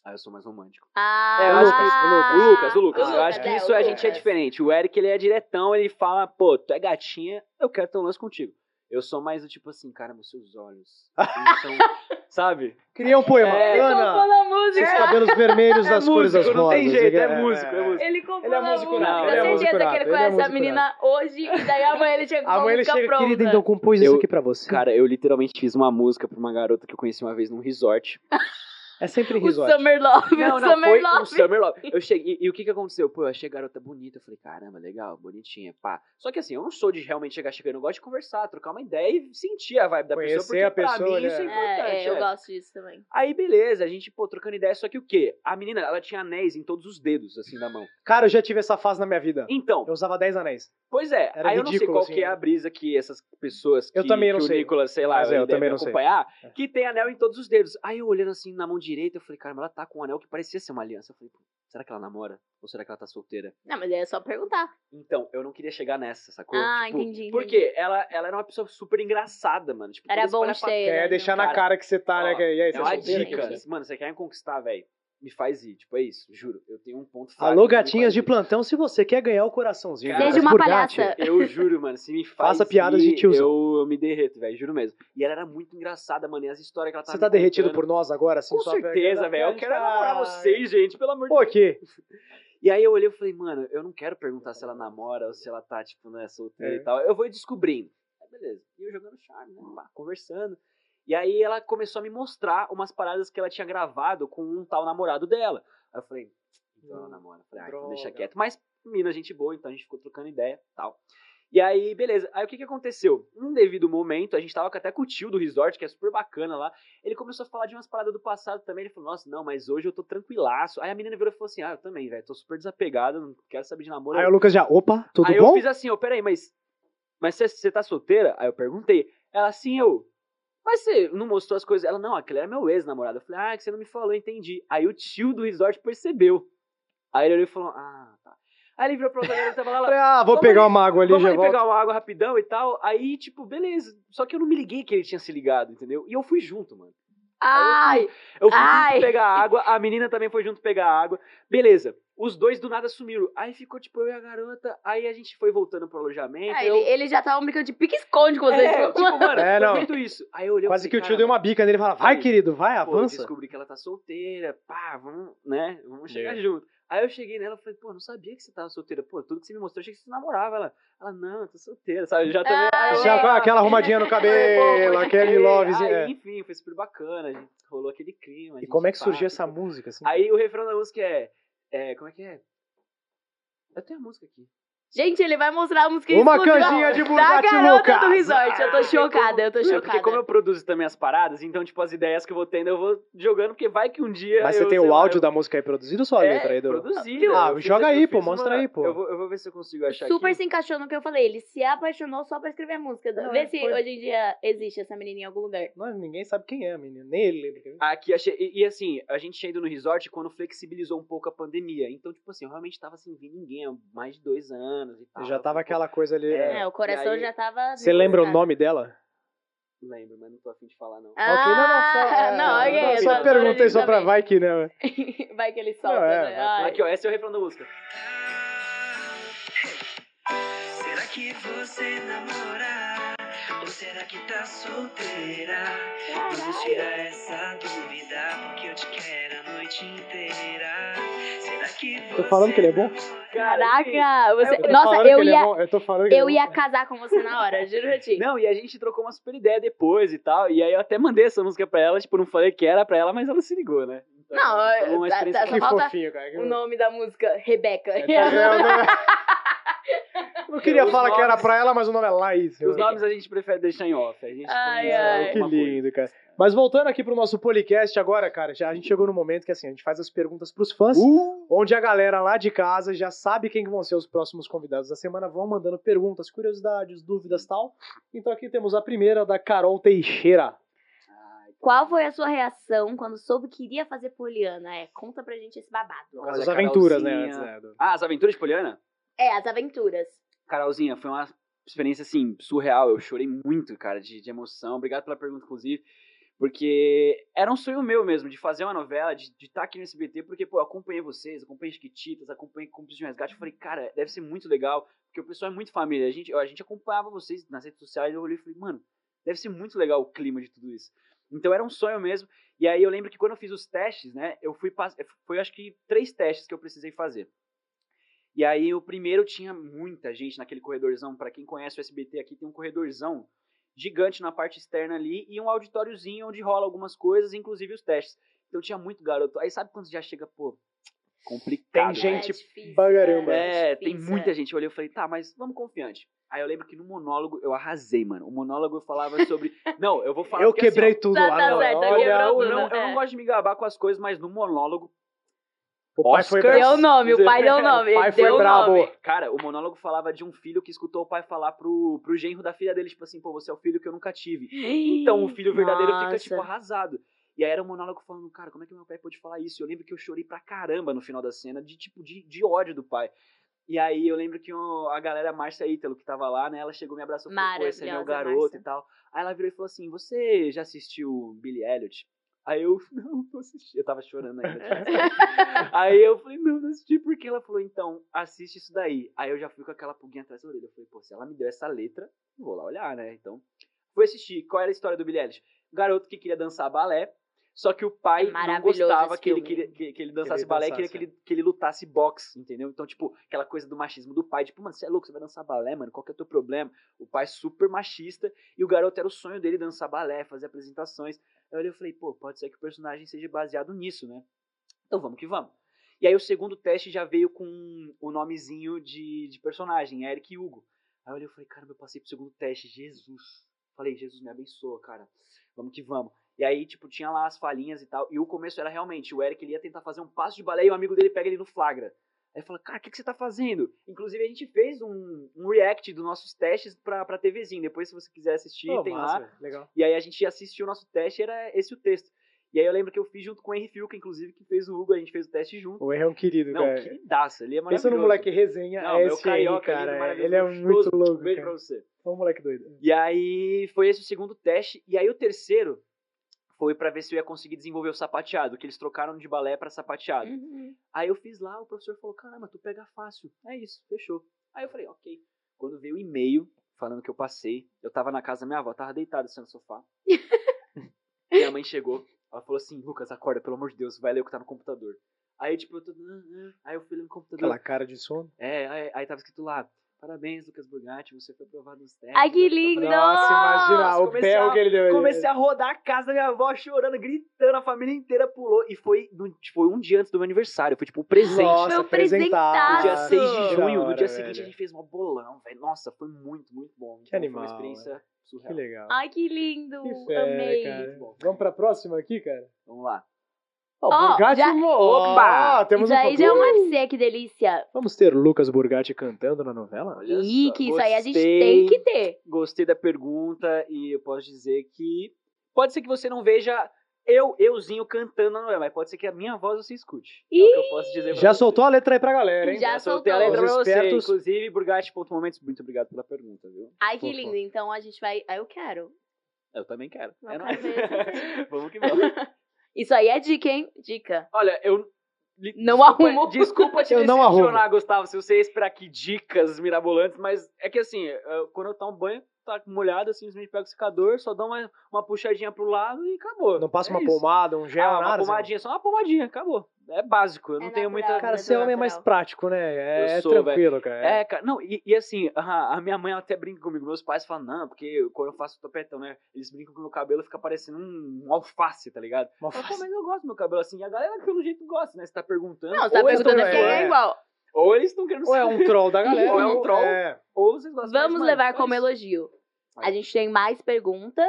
S1: Ah, eu sou mais romântico.
S3: Ah,
S1: É,
S4: o Lucas, o Lucas.
S1: O Lucas, o Lucas.
S4: Ah,
S1: eu acho que
S4: é,
S1: isso
S4: o
S1: a gente é
S4: Lucas.
S1: diferente. O Eric, ele é diretão, ele fala, pô, tu é gatinha, eu quero ter um lance contigo. Eu sou mais do tipo assim, cara, meus seus olhos. eles são- sabe?
S4: Cria um poema.
S1: É.
S3: Ele
S4: Ana,
S3: compôs a música.
S4: esses cabelos vermelhos das cores das
S1: músico, não
S4: rosas.
S1: tem jeito, é músico, é músico.
S3: Ele comprou
S4: Ele é
S3: na
S4: músico
S3: música.
S1: nato,
S3: Eu
S1: ele é
S3: tenho
S4: músico
S3: certeza que ele
S4: nato, ele é
S3: conhece a
S4: músico
S3: menina hoje. E daí amanhã ele chega com
S4: Amanhã
S3: a
S4: ele
S3: música
S4: chega,
S3: pronta.
S4: querida, então compôs isso
S1: Eu-
S4: aqui pra você.
S1: Cara, eu literalmente fiz uma música pra uma garota que eu conheci uma vez num resort.
S4: é sempre
S3: o
S4: risório.
S3: Summer Love,
S1: Não,
S3: o
S1: não,
S3: Summer
S1: foi
S3: Love.
S1: um Summer Love. Eu cheguei, e, e o que que aconteceu? Pô, eu achei a garota bonita, eu falei, caramba, legal, bonitinha, pá. Só que assim, eu não sou de realmente chegar chegando, eu gosto de conversar, trocar uma ideia e sentir a vibe da pessoa, porque
S4: Conhecer a
S1: pra
S4: pessoa,
S1: mim
S4: né?
S1: isso é importante.
S3: É, é, eu
S1: é.
S3: gosto disso também.
S1: Aí beleza, a gente, pô, trocando ideia, só que o quê? A menina, ela tinha anéis em todos os dedos, assim, na mão.
S4: Cara, eu já tive essa fase na minha vida.
S1: Então,
S4: Eu usava 10 anéis.
S1: pois é,
S4: Era
S1: aí eu não sei
S4: ridículo,
S1: qual
S4: assim,
S1: que é a
S4: né?
S1: brisa que essas pessoas que,
S4: Eu também não
S1: que o
S4: sei.
S1: Nicolas, sei lá,
S4: Mas é,
S1: ele
S4: eu também
S1: deve
S4: não sei.
S1: acompanhar,
S4: É.
S1: que tem anel em todos os dedos. Aí eu olhando assim na mão direita, eu falei, caramba, ela tá com um anel que parecia ser uma aliança. Eu falei, pô, será que ela namora? Ou será que ela tá solteira?
S3: Não, mas é só perguntar.
S1: Então, eu não queria chegar nessa, sacou?
S3: Ah,
S1: tipo,
S3: entendi, entendi.
S1: Porque ela, ela era uma pessoa super engraçada, mano. Tipo,
S3: Era
S1: todo esse
S3: bom
S1: palhaço-
S3: ser.
S4: É,
S3: né,
S4: deixar
S3: então.
S4: na cara que você tá, né?
S1: Ó,
S4: que- e aí,
S1: É
S4: você
S1: uma
S4: solteira,
S1: dica.
S4: que-
S1: Mano, você quer me conquistar, velho? Me faz ir. Tipo, é isso, juro. Eu tenho um ponto fraco.
S4: Alô,
S1: me faz
S4: gatinhas de
S1: ir.
S4: plantão, se você quer ganhar o coraçãozinho.
S1: Seja
S4: Lucas
S3: uma
S4: Burgatti.
S3: palhaça.
S1: Eu juro, mano, se me faz
S4: Faça piadas de
S1: ir,
S4: tiozão.
S1: Eu, eu me derreto, velho, juro mesmo. E ela era muito engraçada, mano, e as histórias que ela tava
S4: Você tá
S1: me
S4: derretido
S1: contando.
S4: por nós agora? Assim,
S1: Com
S4: só
S1: certeza, velho. Eu quero namorar vocês, gente, pelo amor de
S4: Pô, aqui.
S1: E aí eu olhei e falei, mano, eu não quero perguntar se ela namora ou se ela tá, tipo, né, solteira
S4: É.
S1: e tal. Eu vou descobrindo. Aí, beleza. E eu jogando charme, né? pá, conversando. E aí ela começou a me mostrar umas paradas que ela tinha gravado com um tal namorado dela. Aí eu falei, então ela
S4: Hum,
S1: namora. Eu falei, ah, então
S4: droga.
S1: deixa quieto. Mas, mina, gente boa, então a gente ficou trocando ideia e tal. E aí, beleza. Aí o que que aconteceu? Num devido momento, a gente tava até com o tio do resort, que é super bacana lá. Ele começou a falar de umas paradas do passado também. Ele falou, nossa, não, mas hoje eu tô tranquilaço. Aí a menina virou e falou assim: ah, eu também, velho, tô super desapegada, não quero saber de namoro.
S4: Aí o Lucas já, opa, tudo
S1: Aí eu
S4: bom?
S1: fiz assim: ô, peraí, mas. Mas você- você tá solteira? Aí eu perguntei. Ela assim, eu. Mas você não mostrou as coisas? Ela, não, aquele era meu ex-namorado. Eu falei, ah, que você não me falou, entendi. Aí o tio do resort percebeu. Aí ele olhou e falou, ah, tá. Aí ele virou pra outra galera que tava lá, ela,
S4: Falei, ah, vou
S1: Vamos
S4: pegar
S1: ali,
S4: uma água ali,
S1: Vamos
S4: já
S1: ali
S4: volto.
S1: pegar uma água rapidão e tal. Aí, tipo, beleza. Só que eu não me liguei que ele tinha se ligado, entendeu? E eu fui junto, mano.
S3: Ai,
S1: Eu fui
S3: Ai.
S1: junto pegar água, a menina também foi junto pegar água. Beleza. Os dois do nada sumiram. Aí ficou, tipo, eu e a garota. Aí a gente foi voltando pro alojamento.
S3: Ah,
S1: eu...
S3: ele, ele já tava brincando de pique-esconde com vocês.
S1: É,
S3: tipo,
S1: tipo, mano,
S4: É,
S1: foi
S4: não.
S1: muito isso. Aí eu olhei e
S4: Quase que
S1: falei,
S4: o tio deu uma bica nele e fala, vai,
S1: Aí,
S4: querido, vai,
S1: "Caramba, pô, eu
S4: avança.
S1: descobri que ela tá solteira, pá, vamos, né? Vamos chegar
S4: É.
S1: junto. Aí eu cheguei nela e falei, pô, não sabia que você tava solteira. Pô, tudo que você me mostrou, eu achei que você namorava. Ela, ela não, eu tô solteira, sabe? Eu Já também. Aí eu,
S4: Já
S1: "Ah,
S4: com aquela arrumadinha no cabelo,
S1: pode
S4: aquele
S1: crer.
S4: lovezinho.
S1: Aí,
S4: é.
S1: Enfim, foi super bacana. A gente rolou aquele clima. a
S4: E
S1: gente
S4: como é que surgiu
S1: pá,
S4: essa
S1: ficou-
S4: música? assim?
S1: Aí o refrão da música é, é, Como é que é? Eu tenho a música aqui.
S3: Gente, ele vai mostrar a música
S4: Uma
S3: exclusiva
S4: canjinha de
S3: Da
S4: Bugatti
S3: garota
S4: Lucas.
S3: do resort. Eu tô
S1: Porque
S3: chocada, eu tô
S1: Não, porque
S3: chocada.
S1: como eu produzo também as paradas, então, tipo, as ideias que eu vou tendo, eu vou jogando, porque vai que um dia.
S4: Mas
S1: eu,
S4: você tem
S1: sei
S4: o
S1: lá,
S4: áudio
S1: eu-
S4: da música aí produzido ou só a
S1: é,
S4: letra, Edu?
S1: produzi,
S4: Ah,
S1: eu fiz-
S4: joga
S1: eu
S4: aí, pô,
S1: fiz
S4: mostra
S1: uma-
S4: aí, pô.
S1: Eu vou, eu vou ver se eu consigo achar
S3: Super
S1: aqui.
S3: se encaixou no que eu falei. Ele se apaixonou só pra escrever música.
S4: Não,
S3: Vê
S4: é,
S3: se
S4: foi-
S3: hoje em dia existe essa menina em algum lugar.
S4: Não, ninguém sabe quem é, menino. Nem ele lembra. quer ver?
S1: Aqui achei. E, e, assim, a gente tinha ido no resort quando flexibilizou um pouco a pandemia. Então, tipo assim, eu realmente tava sem ver ninguém há mais de dois anos e tal.
S4: Já tava
S1: Tipo,
S4: aquela coisa ali.
S1: É.
S4: é.
S3: É, o coração
S1: e aí-
S3: já tava.
S4: Você lembra o
S3: necessitado.
S4: nome dela?
S1: Lembro, mas não tô afim de falar, não.
S3: Ah, não,
S1: é,
S3: ok.
S1: eu
S4: só
S1: tô-
S4: perguntei só pra
S3: também.
S4: vai que, né?
S3: Vai que ele solta,
S4: Não, é,
S3: né?
S4: vai-
S3: Ai.
S1: Aqui, ó, esse é o refrão da música.
S2: Será que você namora? Ou será que tá solteira? Vamos tirar essa dúvida, porque eu te quero a noite inteira. Será que você
S4: Tô falando que ele é bom?
S1: enfim.
S3: Caraca, você...
S4: Eu tô falando
S3: Nossa,
S4: que
S3: eu
S4: ele é
S3: ia,
S4: bom, eu tô falando que ele é
S3: eu
S4: bom.
S3: ia casar com você na hora, juro pra ti.
S1: Não, e a gente trocou uma super ideia depois e tal. E aí eu até mandei essa música pra ela, tipo, não falei que era pra ela, mas ela se ligou, né? Então,
S3: Não,
S1: foi uma
S3: tá- tá-
S1: experiência
S4: Que
S1: que-
S3: só falta
S4: fofinho, cara. que
S3: O nome da música, Rebeca.
S4: É, tá vendo? Não queria
S1: Os
S4: falar que era
S1: nomes-
S4: pra ela, mas o nome é Laís.
S1: Os nomes a gente prefere deixar em off. A gente
S3: Ai,
S1: põe,
S3: ai.
S1: é,
S4: que
S1: uma coisa.
S4: lindo, cara. Mas voltando aqui pro nosso podcast agora, cara, já, a gente chegou no momento que assim, a gente faz as perguntas pros fãs,
S1: Uh!
S4: onde a galera lá de casa já sabe quem que vão ser os próximos convidados da semana, vão mandando perguntas, curiosidades,
S1: Hum.
S4: dúvidas tal. Então aqui temos a primeira da Carol Teixeira.
S3: Qual foi a sua reação quando soube que iria fazer Poliana? É, conta pra gente esse babado.
S1: Olha,
S4: As aventuras, né?
S1: Carolzinha.
S4: antes, né, do-
S1: Ah, as aventuras de Poliana?
S3: É, as aventuras.
S1: Carolzinha, foi uma experiência, assim, surreal. Eu chorei muito, cara, de, de emoção. Obrigado pela pergunta, inclusive. Porque era um sonho meu mesmo, de fazer uma novela, de estar aqui no SBT, porque, pô, eu acompanhei vocês, acompanhei Chiquititas, acompanhei Cúmplices de um Resgate. Eu falei, cara, deve ser muito legal, porque o pessoal é muito família. A gente, a gente acompanhava vocês nas redes sociais, eu olhei e falei, mano, deve ser muito legal o clima de tudo isso. Então era um sonho mesmo. E aí eu lembro que quando eu fiz os testes, né, eu fui, pass- foi acho que três testes que eu precisei fazer. E aí o primeiro tinha muita gente naquele corredorzão. Pra quem conhece o SBT aqui, tem um corredorzão gigante na parte externa ali e um auditóriozinho onde rola algumas coisas, inclusive os testes. Então tinha muito garoto. Aí sabe quando já chega, pô, complicado.
S4: Tem
S1: né?
S4: gente
S3: é difícil,
S4: bagaramba.
S1: É, tem
S3: difícil,
S1: muita
S3: é.
S1: gente. Eu olhei e falei, tá, mas vamos confiante. Aí eu lembro que no monólogo eu arrasei, mano. O monólogo eu falava sobre. Não, eu vou falar.
S4: Eu
S1: porque, assim, ó,
S4: quebrei tudo
S3: Tá-
S4: lá.
S3: tá
S4: não,
S3: certo,
S4: olha,
S3: quebrou
S1: eu
S3: tudo.
S1: não, eu não
S3: É.
S1: gosto de me gabar com as coisas, mas no monólogo
S4: o pai foi
S1: Oscar.
S4: brabo.
S3: Deu o nome, o pai deu o nome.
S4: O pai
S3: deu
S4: foi
S3: o
S4: brabo.
S3: nome.
S1: Cara, o monólogo falava de um filho que escutou o pai falar pro, pro genro da filha dele, tipo assim, pô, você é o filho que eu nunca tive. Então o filho verdadeiro fica, tipo,
S3: Nossa.
S1: arrasado. E aí era um monólogo falando, cara, como é que meu pai pôde falar isso? Eu lembro que eu chorei pra caramba no final da cena, de tipo, de, de ódio do pai. E aí eu lembro que o- a galera Márcia Ítalo, que tava lá, né, ela chegou e me abraçou e falou, pô, esse é meu
S3: Maravilhosa,
S1: garoto
S3: Márcia.
S1: e tal. Aí ela virou e falou assim, você já assistiu Billy Elliot? Aí eu, não, não assisti. Eu tava chorando ainda. tipo, Aí eu falei, não, não assisti, porque ela falou, então, assiste isso daí. Aí eu já fui com aquela pulguinha atrás da orelha. Eu falei, pô, se ela me deu essa letra, eu vou lá olhar, né? Então, fui assistir. Qual era a história do Billy Eilish? Garoto que queria dançar balé, só que o pai
S3: É
S1: não
S3: maravilhoso
S1: gostava
S3: esse
S1: que ele,
S3: filme.
S1: queria, que, que ele dançasse
S4: ele
S1: balé e queria
S4: dançasse,
S1: que ele, que ele lutasse boxe, entendeu? Então, tipo, aquela coisa do machismo do pai, tipo, mano, você é louco, você vai dançar balé, mano, qual que é o teu problema? O pai super machista e o garoto era o sonho dele dançar balé, fazer apresentações. Aí eu olhei e falei, pô, pode ser que o personagem seja baseado nisso, né? Então vamos que vamos. E aí o segundo teste já veio com o nomezinho de, de personagem, Eric e Hugo. Aí eu olhei e falei, caramba, eu passei pro segundo teste, Jesus. Falei, Jesus, me abençoa, cara. Vamos que vamos. E aí, tipo, tinha lá as falinhas e tal. E o começo era realmente, o Eric ele ia tentar fazer um passo de balé e o amigo dele pega ele no flagra. Aí fala, cara, o que, que você tá fazendo? Inclusive, a gente fez um, um react dos nossos testes pra, pra TVzinho. Depois, se você quiser assistir,
S4: Pô,
S1: tem lá.
S4: massa, Legal.
S1: E aí a gente assistiu o nosso teste, era esse o texto. E aí eu lembro que eu fiz junto com o Henry Filca, inclusive, que fez o Hugo, a gente fez o teste junto.
S4: O erro é um querido,
S1: Não,
S4: cara.
S1: queridaço, ele é maravilhoso.
S4: Pensa no moleque resenha,
S1: Não,
S4: é
S1: meu
S4: esse aí,
S1: carioca, lindo,
S4: cara.
S1: maravilhoso,
S4: Ele é muito
S1: gostoso.
S4: louco,
S1: Beijo pra
S4: cara.
S1: você.
S4: É um moleque doido.
S1: E aí foi esse o segundo teste. E aí o terceiro foi pra ver se eu ia conseguir desenvolver o sapateado, que eles trocaram de balé pra sapateado.
S3: Uhum.
S1: Aí eu fiz lá, o professor falou: caramba, tu pega fácil. É isso, fechou. Aí eu falei: ok. Quando veio o e-mail falando que eu passei, eu tava na casa da minha avó, tava deitado assim no sofá. minha mãe chegou, ela falou assim: Lucas, acorda, pelo amor de Deus, vai ler o que tá no computador. Aí, tipo, eu tô. "Ah, ah." Aí eu fui ler no computador.
S4: Aquela cara de sono.
S1: É, aí, aí tava escrito lá: Parabéns, Lucas Burgatti, você foi aprovado nos testes.
S3: Ai, que lindo!
S4: Nossa, imagina o
S1: Comecei
S4: pé
S1: a-
S4: que ele deu. ali.
S1: Comecei a rodar a casa da minha avó chorando, gritando, a família inteira pulou. E foi, no, tipo, um dia antes do meu aniversário. Foi tipo um presente.
S4: Nossa,
S3: Meu
S4: apresentado.
S1: No dia
S3: presentaço.
S1: 6 de
S4: Que da
S1: junho, no
S4: hora,
S1: dia seguinte
S4: velho.
S1: a gente fez um bolão, velho. Nossa, foi muito, muito bom. Então,
S4: animal, né?
S1: Foi uma experiência
S4: Que
S1: surreal.
S4: legal.
S3: Ai, que lindo!
S4: Que fera,
S3: Amei.
S4: cara.
S1: Muito bom.
S4: Ah. Vamos pra próxima aqui, cara?
S1: Vamos lá.
S4: Ó,
S3: Ó,
S4: Burgatti
S3: já-
S4: mo-
S1: Opa!
S4: Ó, temos
S3: isso
S4: um
S3: aí já é um
S4: futuro.
S3: UFC, que delícia!
S4: Vamos ter Lucas Burgatti cantando na novela?
S1: Olha
S3: Ih,
S1: só,
S3: que isso aí a gente
S1: gostei.
S3: tem que ter.
S1: Gostei da pergunta e eu posso dizer que. Pode ser que você não veja eu, euzinho, cantando na novela, mas pode ser que a minha voz você escute. É o que eu posso dizer pra
S4: Já
S1: você.
S4: soltou a letra aí pra galera, hein?
S3: Já
S1: Já soltei a
S3: soltou.
S1: letra pra
S4: Os
S1: você.
S4: espertos-
S1: Inclusive, Burgatti.momentos, muito obrigado pela pergunta, viu?
S3: Ai, que
S4: Fofo.
S3: lindo. Então a gente vai. Ah, eu quero.
S1: Eu também quero.
S3: Não
S1: É
S3: quero ver.
S1: nóis. Vamos que vamos.
S3: Isso aí é dica, hein? Dica.
S1: Olha, eu... li-
S3: Não
S1: desculpa,
S3: arrumo.
S1: Desculpa te
S4: Eu não
S1: decepcionar, Gustavo, se você ia esperar aqui dicas mirabolantes, mas é que assim, eu- quando eu tomo banho, tá molhado, assim, simplesmente pego o secador, só dou uma, uma puxadinha pro lado e acabou.
S4: Não passa
S1: É
S4: uma
S1: isso.
S4: pomada, um gel,
S1: Ah, uma
S4: nada.
S1: pomadinha, só uma pomadinha, acabou. É básico, eu não
S3: É
S1: tenho
S3: natural,
S1: muita...
S3: né?
S4: Cara, você é homem mais
S3: natural.
S4: prático, né? É
S1: Eu sou,
S4: tranquilo, cara.
S1: É, cara, não, e, e assim, a, a minha mãe ela até brinca comigo, meus pais falam, não, porque quando eu faço topetão, né, eles brincam que meu cabelo fica parecendo um, um alface, tá ligado?
S4: Uma
S1: Eu falo,
S4: face.
S1: pô, mas eu gosto do meu cabelo assim, e a galera pelo jeito gosta, né, você tá perguntando,
S3: Não, tá
S1: ou, eles
S3: perguntando
S4: também,
S3: porque é
S4: é.
S3: igual.
S1: tão- ou eles estão querendo
S4: Ou é um troll da galera.
S1: Ou é um troll.
S4: É.
S1: ou vocês gostam mais de
S3: Vamos
S1: mim.
S3: levar
S1: Então é
S3: como
S1: isso.
S3: elogio. A
S1: Vai.
S3: gente tem mais perguntas.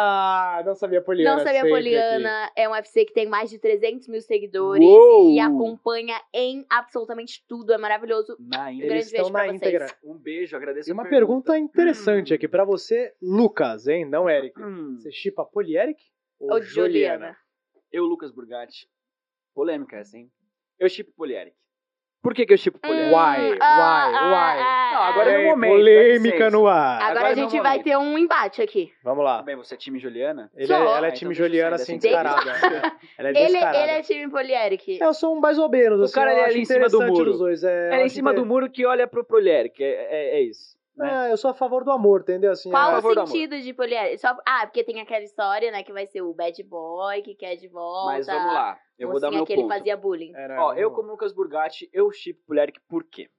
S4: Ah, não sabia Poliana.
S3: não sabia,
S4: sempre
S3: Poliana é um UFC que tem mais de 300 mil seguidores
S1: Uou!
S3: e acompanha em absolutamente tudo. É maravilhoso.
S1: Na
S4: aqui.
S1: íntegra.
S3: grande
S4: Eles estão
S3: beijo
S4: na
S3: pra
S4: íntegra.
S3: vocês.
S1: Um beijo, agradeço
S4: E
S1: a
S4: uma pergunta interessante aqui pra você, Lucas, hein? Não Eric.
S1: Hum,
S4: Você chipa Polieric ou
S3: Ô,
S4: Juliana?
S3: Juliana.
S1: eu, Lucas Burgatti, polêmica essa, hein, eu chipo Polieric. Por que que eu chipo Polieric?
S4: Why? Why?
S3: ah, ah,
S4: Why?
S3: ah,
S1: Não,
S3: ah.
S1: agora é
S4: Tem
S1: meu momento,
S4: Polêmica
S1: dá licença.
S4: no ar.
S3: Agora
S1: agora
S3: a
S1: é meu
S3: gente vai
S1: momento.
S3: ter um embate aqui.
S4: Vamos lá.
S1: Tudo bem, você é time Juliana?
S4: Ele
S3: Sou.
S4: é, ela
S1: Ah,
S4: é
S1: então
S4: time
S1: deixa eu
S4: Juliana,
S1: sair
S4: assim,
S1: dessa
S4: descarada. Ela é
S3: Ele, ele
S4: descarada.
S3: é time Polieric.
S4: Eu sou um mais ou menos,
S1: O
S4: assim,
S1: cara,
S4: eu
S1: ele é
S4: acho
S1: ali em cima do
S4: interessante
S1: muro.
S4: dos dois, é, eu
S1: É em
S4: acho
S1: cima do
S4: inter-
S1: muro que olha pro Prolieric, é, é, é isso. Né?
S4: É, eu sou a favor do amor, entendeu? Assim,
S1: a
S3: Qual
S4: é-
S1: favor do
S3: o
S1: amor.
S3: sentido de Polieric? Só... Ah, porque tem aquela história, né, que vai ser o bad boy que quer de volta.
S1: Mas vamos lá, eu vou dar
S3: mocinha
S1: meu
S3: que
S1: ponto.
S3: ele fazia bullying.
S4: É, né,
S1: Ó,
S4: vamos
S1: eu
S4: lá.
S1: como Lucas Burgatti, eu chip Prolieric por quê?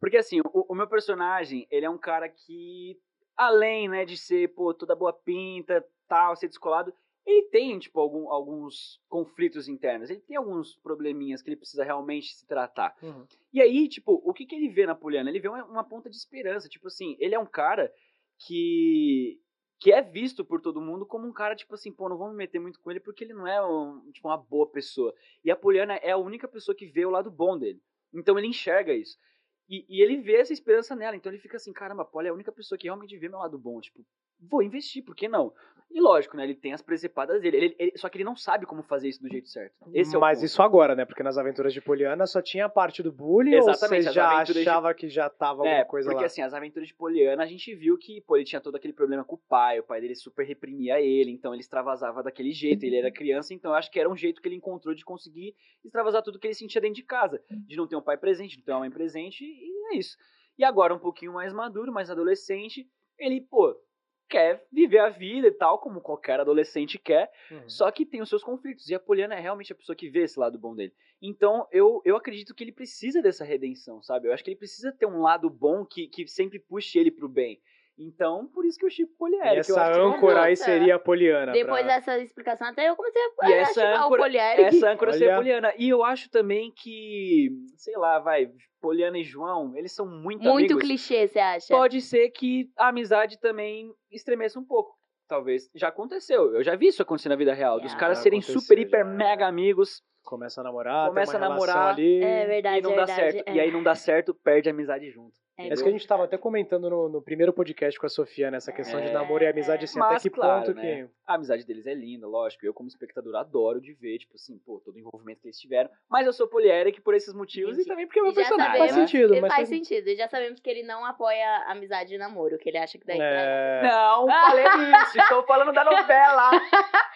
S1: Porque assim, o, o meu personagem, ele é um cara que, além, né, de ser, pô, toda boa pinta, tal, ser descolado, ele tem, tipo, algum- alguns conflitos internos, ele tem alguns probleminhas que ele precisa realmente se tratar.
S4: Uhum.
S1: E aí, tipo, o que, que ele vê na Poliana? Ele vê uma, uma ponta de esperança. Tipo assim, ele é um cara que que é visto por todo mundo como um cara, tipo assim, pô, não vou me meter muito com ele porque ele não é um- tipo, uma boa pessoa. E a Poliana é a única pessoa que vê o lado bom dele. Então ele enxerga isso. E, e ele vê essa esperança nela. Então ele fica assim, caramba, a Polly é a única pessoa que realmente vê meu lado bom. Tipo, vou investir, por que não? E lógico, né? Ele tem as precepadas dele. Ele- ele- só que ele não sabe como fazer isso do jeito certo. Esse é o
S4: Mas
S1: ponto.
S4: isso agora, né? Porque nas aventuras de Poliana só tinha a parte do bullying,
S1: Exatamente,
S4: ou você
S1: as
S4: já
S1: aventuras de-
S4: achava que já tava alguma
S1: É,
S4: coisa
S1: porque
S4: lá.
S1: assim, as aventuras de Poliana, a gente viu que pô, ele tinha todo aquele problema com o pai, o pai dele super reprimia ele, então ele extravasava daquele jeito, ele era criança, então eu acho que era um jeito que ele encontrou de conseguir extravasar tudo que ele sentia dentro de casa, de não ter um pai presente, de não ter uma mãe presente, e é isso. E agora um pouquinho mais maduro, mais adolescente, ele, pô, quer viver a vida e tal, como qualquer adolescente quer,
S4: Uhum.
S1: só que tem os seus conflitos. E a Poliana é realmente a pessoa que vê esse lado bom dele. Então, eu, eu acredito que ele precisa dessa redenção, sabe? Eu acho que ele precisa ter um lado bom que, que sempre puxe ele pro bem. Então, por isso que eu chipo Poliana.
S4: E
S1: que eu
S4: essa
S1: acho que é uma
S3: âncora
S4: âncora aí
S3: boa.
S4: seria a Poliana.
S3: Depois
S4: pra...
S3: dessa explicação, até eu comecei
S1: E
S3: a
S1: essa
S3: achar o
S1: âncora-
S3: Polieric.
S1: Essa âncora seria
S4: Olha.
S1: Poliana. E eu acho também que, sei lá, vai, Poliana e João, eles são muito,
S3: Muito
S1: amigos.
S3: clichê, você acha?
S1: Pode ser que a amizade também estremeça um pouco. Talvez. Já aconteceu. Eu já vi isso acontecer na vida real. Dos
S3: Já.
S1: caras
S4: Já
S1: serem
S4: aconteceu,
S1: super,
S4: já.
S1: hiper, mega amigos.
S4: Começa a namorar,
S1: Começa
S4: tem uma
S1: a
S4: relação
S1: namorar.
S4: ali.
S3: É verdade,
S1: e não
S3: verdade.
S1: dá certo.
S3: É.
S1: E aí não dá certo, perde a amizade junto.
S3: É
S4: É isso que a gente tava até comentando no, no primeiro podcast com a Sofia, nessa questão de
S1: É.
S4: namoro e amizade, assim, até
S1: Mas,
S4: que
S1: claro,
S4: ponto
S1: né?
S4: que...
S1: A amizade deles é linda, lógico. Eu, como espectador, adoro de ver, tipo assim, pô, todo o envolvimento que eles tiveram. Mas eu sou poliérica por esses motivos
S3: Entendi.
S1: e também porque é meu
S3: E já
S1: personagem.
S3: sabemos-
S4: Faz
S1: né?
S4: sentido,
S3: E
S4: mas...
S3: faz sentido. E já sabemos que ele não apoia a amizade e namoro, que ele acha que daí.
S4: É...
S1: Não,
S3: Ah.
S1: falei isso. Estou falando da novela.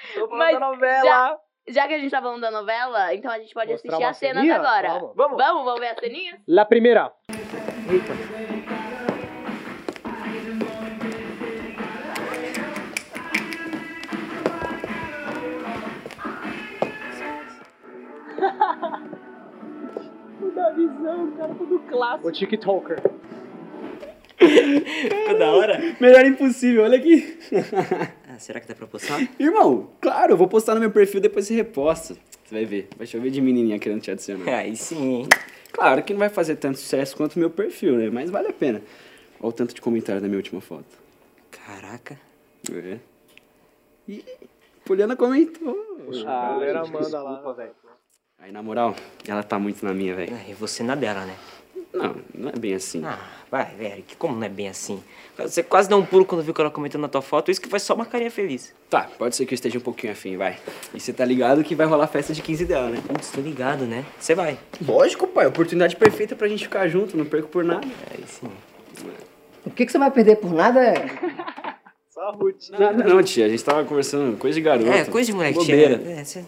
S1: Estou falando
S3: Mas
S1: da novela.
S3: já- Já que a gente tá falando da novela, então a gente pode
S4: Mostrar
S3: assistir
S4: uma
S3: as cenas
S4: ceninha?
S3: agora.
S4: Vamos.
S1: Vamos.
S3: Vamos, vamos ver as ceninhas?
S4: La primeira.
S1: Vamos. Da visão, cara, tudo clássico.
S4: O TikToker.
S5: Ficou da hora?
S6: Melhor impossível, olha aqui.
S5: Ah, será que dá pra postar?
S6: Irmão, claro, eu vou postar no meu perfil, depois você reposta. Você vai ver, vai chover de menininha querendo te adicionar.
S5: Aí sim, hein?
S6: Claro que não vai fazer tanto sucesso quanto o meu perfil, né? Mas vale a pena. Olha o tanto de comentário da minha última foto.
S5: Caraca.
S6: É. Ih, Poliana comentou.
S1: Ah,
S4: galera
S1: gente,
S4: manda lá.
S1: desculpa, velho.
S6: Aí, na moral, ela tá muito na minha, velho.
S5: Ah, E você na dela, né?
S6: Não, não é bem assim.
S5: Ah, vai, velho, que como não é bem assim? Você quase dá um pulo quando viu que ela comentou na tua foto, isso que faz só uma carinha feliz.
S6: Tá, pode ser que eu esteja um pouquinho afim, vai. E você tá ligado que vai rolar festa de 15 dela, né?
S5: Putz, tô ligado, né? Você vai.
S6: Lógico, pai. Oportunidade perfeita pra gente ficar junto, não perco por nada.
S5: Aí sim.
S7: O que, que você vai perder por nada é.
S4: Saúde.
S6: Não, não, não, tia. A gente tava conversando coisa de garoto.
S5: É, coisa de moleque
S6: Bobeira.
S5: tia. É, cê-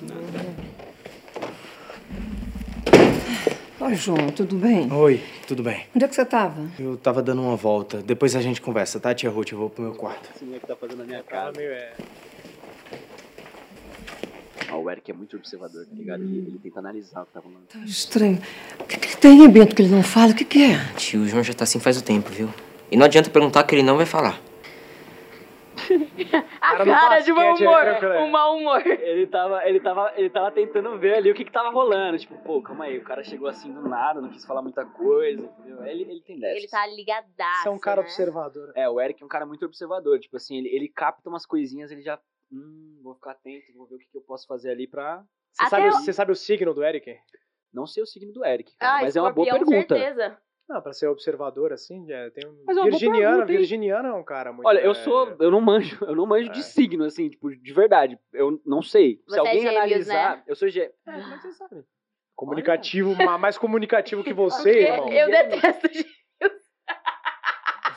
S7: Oi, João, tudo bem?
S8: Oi, tudo bem?
S7: Onde é que você tava?
S8: Eu tava dando uma volta. Depois a gente conversa, tá, tia Ruth? Eu vou pro meu quarto.
S1: Esse moleque tá fazendo a minha
S4: Cara,
S1: cara.
S4: meio é.
S1: Ah, o Eric é muito observador, tá ligado? Ele, ele tenta analisar o que tá rolando.
S7: Tá estranho. O que, que tem, hein, Bento, que ele não fala? O que, que é?
S5: Tio, o João já tá assim faz o tempo, viu? E não adianta perguntar que ele não vai falar.
S3: A
S4: Cara do
S3: cara de mau
S4: basquete,
S3: humor.
S4: é tranquilo, é.
S3: Um mau humor.
S1: Ele tava, ele, tava, ele tava tentando ver ali o que, que tava rolando. Tipo, pô, calma aí, o cara chegou assim do nada, não quis falar muita coisa, entendeu? Ele, ele tem dessas.
S3: Ele tá ligadaço.
S4: É. Você é um cara
S3: né?
S4: observador.
S1: É, o Eric é um cara muito observador. Tipo assim, ele, ele capta umas coisinhas, ele já. Hum, vou ficar atento, vou ver o que, que eu posso fazer ali pra.
S4: Você
S3: Até
S4: sabe, o-
S3: eu-
S4: você sabe o signo do Eric?
S1: Não sei o signo do Eric, cara,
S3: Ah,
S1: mas é uma boa
S3: escorpião,
S1: pergunta.
S3: certeza.
S4: Não, pra ser observador, assim, é, tem um.
S1: Mas é uma boa
S4: Virginiano,
S1: pergunta, hein?
S4: Virginiano é um cara muito.
S1: Olha, eu
S4: é,
S1: sou. Eu não manjo, eu não manjo de
S4: É.
S1: signo, assim, tipo, de verdade. Eu não sei.
S3: Você
S1: Se
S3: é
S1: alguém
S3: gêmeos,
S1: analisar.
S3: né?
S1: Eu sou gêmeo.
S4: Comunicativo, ma- mais comunicativo que você, irmão.
S3: Porque eu detesto gente.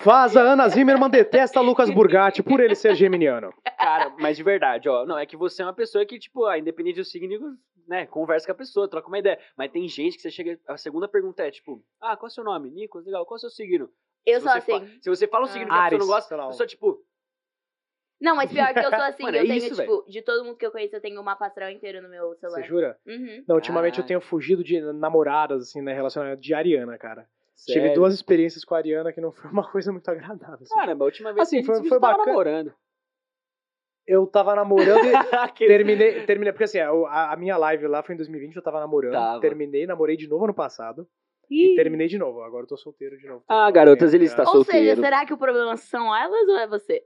S4: Vaza, Ana Zimmerman detesta Lucas Burgatti por ele ser geminiano.
S1: Cara, mas de verdade, ó. Não, é que você é uma pessoa que, tipo, ah, independente do signo, né, conversa com a pessoa, troca uma ideia. Mas tem gente que você chega. A segunda pergunta é, tipo, ah, qual é o seu nome? Nicolas, legal, qual é o seu signo?
S3: Eu
S1: se
S3: sou
S1: você
S3: assim.
S1: fa- se você fala um signo que a
S4: Ares,
S1: pessoa não gosta,
S4: sei lá,
S1: eu
S4: um-
S1: sou tipo,
S3: Não, mas pior que eu sou assim.
S1: Mano,
S3: eu
S1: é
S3: tenho,
S1: isso,
S3: tipo, de todo mundo que eu conheço, eu tenho uma astral inteira no meu
S4: Você
S3: celular.
S4: jura?
S3: Uhum.
S4: Não, ultimamente
S1: Caralho.
S4: eu tenho fugido de namoradas, assim, né? Relacionamento de Ariana, cara. Tive
S1: sério?
S4: duas experiências com a Ariana que não foi uma coisa muito agradável. assim.
S1: Caramba, a última vez
S4: Assim,
S1: que a gente
S4: foi-
S1: se viu,
S4: foi
S1: você tava
S4: bacana.
S1: namorando.
S4: Eu tava namorando e
S1: Que-
S4: terminei, terminei. Porque assim, a, a minha live lá foi em 2020, eu tava namorando.
S1: Tava.
S4: Terminei, namorei de novo ano passado. E terminei de novo. Agora eu tô solteiro de novo.
S1: Ah, garotas, ele
S4: Tá
S1: está
S3: Ou
S1: solteiro.
S3: seja, será que o problema são elas ou é você?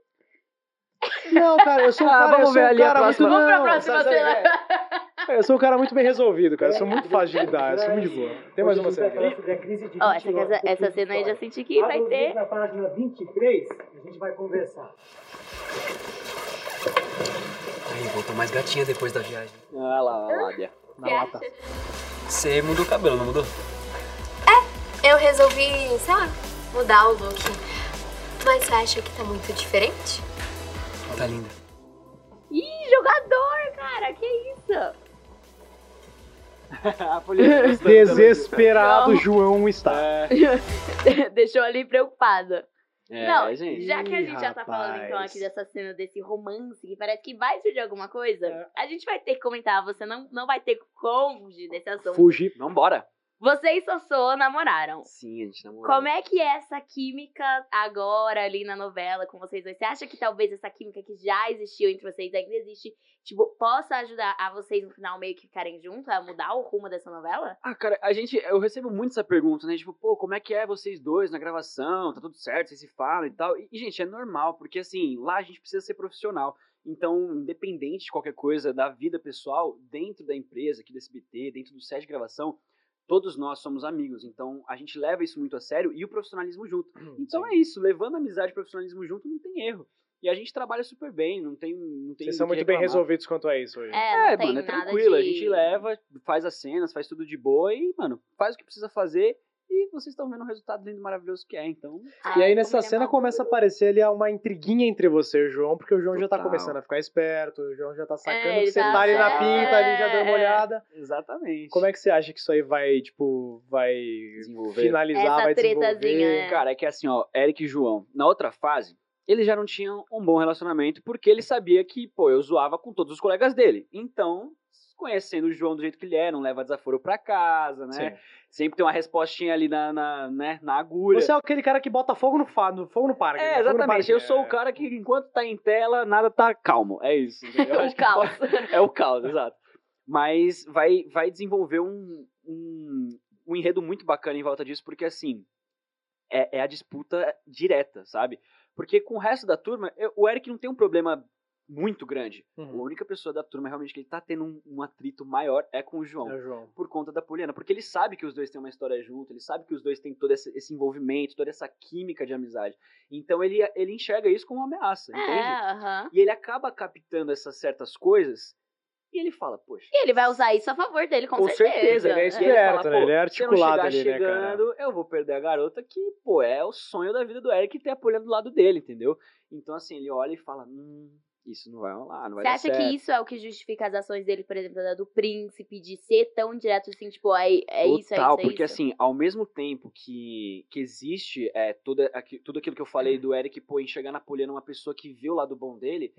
S4: Não, cara, eu sou um
S1: tá- Ah,
S4: cara, eu
S1: vamos
S4: sou um
S1: ver ali a
S4: cara muito.
S1: próxima.
S3: Vamos pra
S4: não,
S3: próxima
S4: sabe- é?
S3: cena.
S4: Eu sou um cara muito bem resolvido, cara. Eu sou muito fácil de lidar, eu sou muito de boa. Tem mais uma cena. cara.
S3: Ó, essa, casa- essa cena aí eu já senti que
S6: Ah,
S3: vai ter.
S9: Na página 23, a gente vai conversar.
S5: Aí, voltou mais gatinha depois da viagem.
S1: Ah, lá, lá, lá, Bia.
S4: Na lata.
S5: Você mudou o cabelo, não mudou?
S10: Eu resolvi, sei lá, mudar o look. Mas você acha que tá muito diferente?
S5: Tá linda.
S3: Ih, jogador, cara, que isso?
S1: A é polícia gostando
S4: Desesperado
S3: Não.
S4: João está.
S3: Deixou ali preocupada.
S1: também. É,
S3: Não,
S1: gente.
S3: Já que a gente já tá
S4: rapaz.
S3: falando então aqui dessa cena, desse romance, que parece que vai surgir alguma coisa, a gente vai ter que comentar, você não, não vai ter conge nesse assunto.
S4: Fugi.
S1: Vambora.
S3: Você e Sossô namoraram.
S1: Sim, a gente namorou.
S3: Como é que é essa química agora ali na novela com vocês dois? Você acha que talvez essa química que já existiu entre vocês ainda existe, tipo, possa ajudar a vocês no final meio que ficarem juntos, a mudar o rumo dessa novela?
S1: Ah, cara, a gente, eu recebo muito essa pergunta, né? Tipo, pô, como é que é vocês dois na gravação? Tá tudo certo? Vocês se falam e tal? E, e, gente, é normal, porque assim, lá a gente precisa ser profissional. Então, independente de qualquer coisa da vida pessoal, dentro da empresa, aqui do SBT, dentro do set de gravação, todos nós somos amigos. Então, a gente leva isso muito a sério e o profissionalismo junto.
S4: Hum,
S1: Então é isso, levando a amizade e o profissionalismo junto, não tem erro. E a gente trabalha super bem, não tem. Não tem
S4: Vocês são
S1: o que
S4: muito bem
S1: reclamar.
S4: resolvidos quanto a isso hoje.
S3: É, não
S1: É,
S3: tem
S1: mano, é
S3: nada
S1: tranquilo.
S3: de...
S1: A gente leva, faz as cenas, faz tudo de boa e, mano, faz o que precisa fazer e vocês estão vendo o resultado lindo e maravilhoso que é, então.
S3: Ah,
S4: E aí nessa
S3: combina
S4: cena
S3: mais.
S4: começa a aparecer ali uma intriguinha entre você e o João, porque o João já tá
S1: Total.
S4: começando a ficar esperto, o João já tá sacando
S3: É, ele
S4: que você
S3: tá-
S4: tá, ali na
S3: é.
S4: pinta, ali já dando uma olhada.
S1: Exatamente.
S4: Como é que você acha que isso aí vai, tipo, vai
S1: Desenvolver.
S4: finalizar,
S3: Essa
S4: vai
S3: tretazinha,
S4: desenvolver?
S3: é.
S1: Cara, é que assim, ó, Eric e João, na outra fase, eles já não tinham um bom relacionamento porque ele sabia que, pô, eu zoava com todos os colegas dele. Então, conhecendo o João do jeito que ele é, não leva desaforo pra casa, né?
S8: Sim.
S1: Sempre tem uma respostinha ali na, na, né, na agulha.
S4: Você é aquele cara que bota fogo no, fa... no fogo no parque. né?
S1: É,
S4: Fogo no
S1: exatamente.
S4: parque.
S1: Eu sou o cara que, enquanto tá em tela, nada tá calmo. É isso. entendeu? Eu
S3: O
S1: acho que
S3: caos.
S1: É o caos, exato. Mas vai, vai desenvolver um, um, um enredo muito bacana em volta disso, porque assim, é, é a disputa direta, sabe? Porque com o resto da turma, eu- o Eric não tem um problema muito grande.
S4: Uhum.
S1: A única pessoa da turma realmente que ele tá tendo um, um atrito maior é com o João
S4: É o João.
S1: por conta da Poliana, porque ele sabe que os dois têm uma história junto, ele sabe que os dois têm todo esse, esse envolvimento, toda essa química de amizade. Então ele, ele enxerga isso como uma ameaça,
S3: É,
S1: entende?
S3: aham.
S1: E ele acaba captando essas certas coisas e ele fala, poxa.
S3: E ele vai usar isso a favor dele, com,
S1: Com certeza, ele é
S3: certeza.
S1: esperto,
S3: É.
S1: fala,
S4: né?
S1: pô,
S4: Ele é
S1: Se eu não chegar
S4: articulado ali, né, cara?
S1: chegando, eu vou perder a garota, que, pô, é o sonho da vida do Eric ter a Poliana do lado dele, entendeu? Então, assim, ele olha e fala, hum, isso não vai rolar, não vai
S3: Você
S1: dar
S3: acha
S1: certo.
S3: que isso é o que justifica as ações dele, por exemplo, da do príncipe, de ser tão direto assim, tipo, é, é isso, é isso, é
S1: Total,
S3: isso?
S1: porque assim, ao mesmo tempo que, que existe é, toda, aqui- tudo aquilo que eu
S3: Uhum.
S1: falei do Eric, pô, enxergar na Poliana uma pessoa que vê o lado bom dele,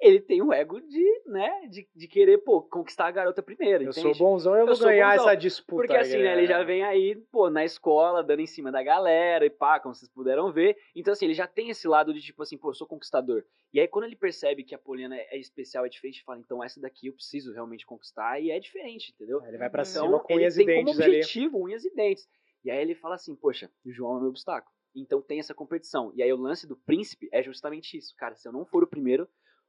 S1: ele tem o ego de, né, de, de querer, pô, conquistar a garota primeiro,
S4: Eu sou
S1: entende?
S4: bonzão eu vou
S1: sou
S4: ganhar
S1: bonzão.
S4: essa disputa.
S1: Porque assim, né, ele já vem aí, pô, na escola, dando em cima da galera e pá, como vocês puderam ver. Então, assim, ele já tem esse lado de tipo assim, pô, eu sou conquistador. E aí, quando ele percebe que a Poliana é é especial, é diferente, ele fala, então essa daqui eu preciso realmente conquistar e é diferente, entendeu?
S4: Ele vai pra
S1: Então,
S4: cima com
S1: ele
S4: unhas e
S1: tem como
S4: dentes ali.
S1: objetivo unhas e dentes. E aí ele fala assim, poxa, o João é meu obstáculo. Então tem essa competição. E aí o lance do príncipe é justamente isso. Cara, se eu não for o primeiro,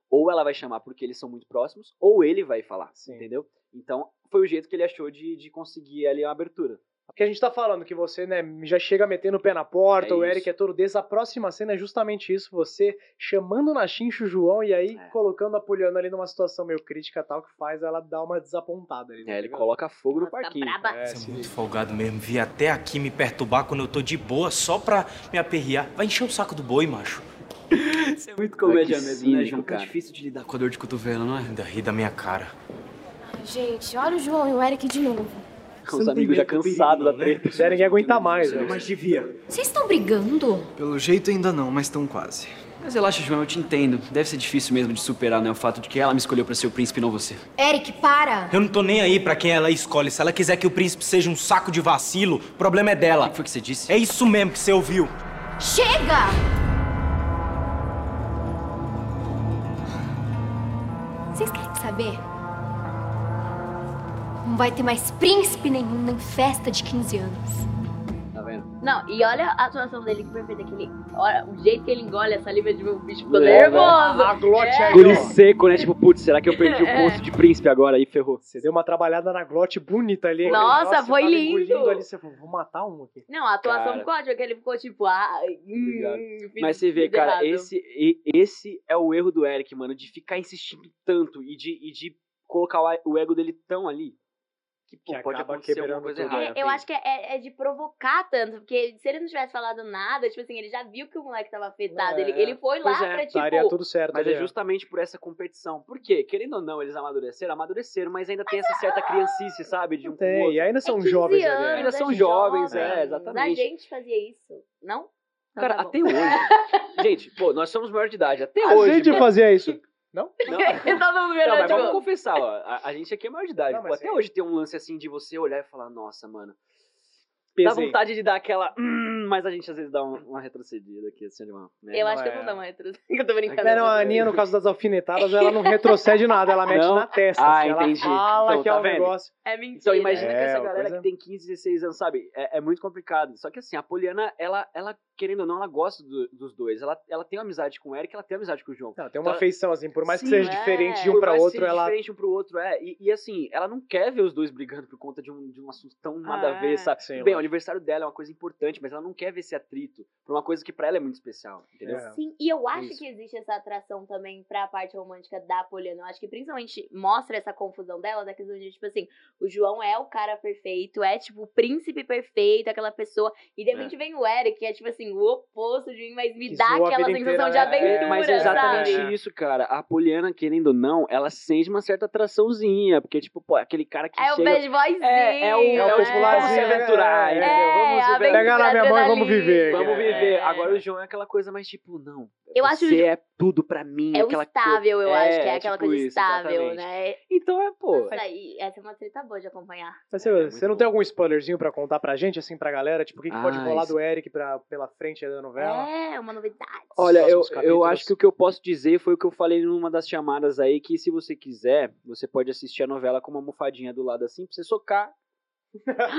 S1: ou ela vai chamar porque eles são muito próximos, ou ele vai falar,
S4: Sim.
S1: entendeu? Então foi o jeito que ele achou de, de conseguir ali uma abertura.
S4: Porque a gente tá falando que você, né, já chega metendo o pé na porta,
S1: É
S4: o
S1: isso.
S4: Eric é todo desse. A próxima cena é justamente isso, você chamando na chincha o João e aí
S1: É.
S4: colocando a Poliana ali numa situação meio crítica tal, que faz ela dar uma desapontada ali. né,
S1: É, ele coloca fogo no
S3: Ela fica
S1: parquinho.
S3: braba.
S4: É,
S8: Você é
S4: sim.
S8: muito folgado mesmo. Vim até aqui me perturbar quando eu tô de boa só pra me aperrear. Vai encher o saco do boi, macho.
S1: É muito
S6: Ah,
S1: comédia
S6: que
S1: mesmo, né,
S6: cínico,
S1: João,
S6: que É
S1: cara?
S6: difícil de lidar com a dor de cotovelo, não é?
S8: Ainda ri da minha cara.
S10: Gente, olha o João e o Eric de novo.
S1: Com
S6: Você
S1: os
S6: não tem
S1: amigos já
S6: medo do perigo,
S1: cansados da
S6: não, né?
S1: treta.
S4: Zé, ninguém aguenta mais, né?
S6: Mas devia.
S7: Vocês estão brigando?
S11: Pelo jeito ainda não, mas estão quase.
S6: Mas relaxa, João, eu te entendo. Deve ser difícil mesmo de superar, né? O fato de que ela me escolheu pra ser o príncipe e não você.
S7: Eric, para!
S8: Eu não tô nem aí pra quem ela escolhe. Se ela quiser que o príncipe seja um saco de vacilo, o problema é
S6: O
S8: dela.
S6: que foi que você disse?
S8: É isso mesmo que você ouviu.
S7: Chega!
S10: Vocês querem saber? Não vai ter mais príncipe nenhum, nem festa de 15 anos.
S1: Tá vendo?
S3: Não, e olha a atuação dele, que perfeita. Que ele, olha, o jeito que ele engole essa saliva de meu bicho ficou
S1: É,
S3: nervoso. É.
S4: A glote aí,
S1: Guri
S4: ó.
S1: seco, né? Tipo, putz, será que eu perdi o posto de príncipe agora? Aí ferrou.
S4: Você deu uma trabalhada na glote bonita ali. cara.
S3: Nossa, foi
S4: você tava
S3: lindo.
S4: engolindo Ali, você falou, vou matar um aqui.
S3: Não, a atuação
S1: Cara.
S3: do código é que ele ficou tipo, ah,
S1: Obrigado.
S3: hum, fiz
S1: Mas você vê,
S3: tudo
S1: cara,
S3: errado.
S1: esse, e- esse é o erro do Eric, mano, de ficar insistindo tanto e de, e de colocar o- o ego dele tão ali que, pô,
S4: Que
S1: pode
S4: acaba
S1: acontecer alguma
S4: quebrando
S1: coisa
S4: tudo,
S1: errada.
S4: né?
S3: É, eu acho que é, é de provocar tanto, porque se ele não tivesse falado nada, tipo assim, ele já viu que o moleque tava afetado.
S1: É.
S3: ele, ele foi lá
S1: Pois é,
S3: pra,
S4: Daria
S3: tipo,
S4: tudo certo.
S1: Mas
S4: ali,
S1: é
S4: ó.
S1: justamente por essa competição. Por quê? Querendo ou não, eles amadureceram, amadureceram, mas ainda tem essa certa criancice, sabe? De um com o
S4: Tem,
S1: outro.
S4: e ainda são
S3: 15
S4: jovens
S3: é anos,
S4: ali. né? ó.
S1: Ainda
S3: é
S1: né, são jovens,
S3: jovem.
S1: é, exatamente.
S3: A gente fazia isso, não? Então
S1: Cara,
S3: tá bom.
S1: até hoje. gente, pô, nós somos maior de idade. Até
S4: A
S1: hoje.
S4: gente
S1: mano.
S4: fazia isso.
S3: um
S1: Não,
S3: Todo mundo
S1: Não,
S3: virou,
S1: mas vamos
S3: tipo,
S1: confessar, ó. A, a gente aqui é maior de idade.
S4: Não,
S1: pô,
S4: mas
S1: até
S4: é-
S1: hoje tem um lance assim de você olhar e falar, nossa, mano. Dá
S4: Pesei.
S1: vontade de dar aquela. "Hum", mas a gente às vezes dá um- uma retrocedida aqui, assim, de uma. né?
S3: Eu
S4: Não,
S3: acho que eu não
S4: é.
S3: dou uma retro. Eu tô brincando.
S4: Não, não, a Aninha, no caso das alfinetadas, ela não retrocede nada, ela mete
S1: Não?
S4: na testa.
S1: Ah,
S4: assim, ela
S1: entendi.
S4: fala
S1: Então,
S4: que é
S1: tá
S4: um
S1: vendo?
S4: negócio.
S3: É mentira.
S1: Então imagina
S4: É,
S1: que essa
S4: uma
S1: galera
S4: coisa-
S1: que tem 15, 16 anos, sabe? É, é muito complicado. Só que assim, a Poliana, ela, ela querendo ou não, ela gosta do- dos dois. Ela, ela tem uma amizade com o Eric, ela tem uma amizade com o João.
S4: Não, tem uma
S1: Tá.
S4: afeição, assim, por mais que
S1: Sim,
S4: seja
S3: é.
S4: diferente de um
S1: Por
S4: pra
S1: mais que
S4: outro,
S1: seja
S4: ela.
S1: diferente um pro outro, é. E, e, assim, ela não quer ver os dois brigando por conta de um, de um assunto tão nada a
S3: Ah, é.
S1: ver, sabe?
S4: Sim,
S1: Bem,
S4: lógico.
S1: o aniversário dela é uma coisa importante, mas ela não quer ver esse atrito por uma coisa que pra ela é muito especial, entendeu?
S4: É.
S3: Sim, e eu acho
S1: isso.
S3: que existe essa atração também pra parte romântica da Poliana. Eu acho que principalmente mostra essa confusão dela, da questão de, tipo assim, o João é o cara perfeito, é tipo o príncipe perfeito, aquela pessoa. E de repente vem o Eric, que é tipo assim, o oposto de mim, mas me
S4: Que
S3: dá
S4: zoa a
S3: aquela
S4: vida
S3: sensação
S4: inteira,
S3: de
S4: né? É,
S3: aventura,
S1: mas
S4: é
S1: exatamente
S3: sabe?
S1: isso, cara. A Poliana, querendo ou não, ela sente uma certa atraçãozinha. Porque, tipo, pô, aquele cara que
S3: É o
S1: chega
S3: bad boyzinho.
S1: É, é o,
S4: É o
S1: é o tipo,
S4: popularzinho,
S1: vamos se
S4: né?
S1: aventurar, a Ethel,
S3: É,
S1: vamos
S3: a
S1: viver.
S4: Pega na minha mão e vamos viver.
S1: Vamos
S4: cara.
S1: viver. Agora o João é aquela coisa mais tipo, não.
S3: Eu acho
S1: você é tudo pra mim.
S3: É o
S1: aquela
S3: estável, eu
S1: coisa-
S3: acho que é aquela
S1: tipo
S3: coisa
S1: isso,
S3: estável,
S1: exatamente.
S3: né?
S1: Então é, pô.
S3: Nossa, e essa é uma treta boa de acompanhar.
S4: Mas
S1: é
S4: você, você não tem algum spoilerzinho pra contar pra gente, assim, pra galera? Tipo, o que, que pode
S1: Ah,
S4: rolar
S1: isso.
S4: do Eric pra, pela frente aí da novela?
S3: É, uma novidade.
S1: Olha, eu,
S4: próximos
S1: eu
S4: capítulos.
S1: acho que o que eu posso dizer foi o que eu falei numa das chamadas aí, que se você quiser, você pode assistir a novela com uma almofadinha do lado assim, pra você socar,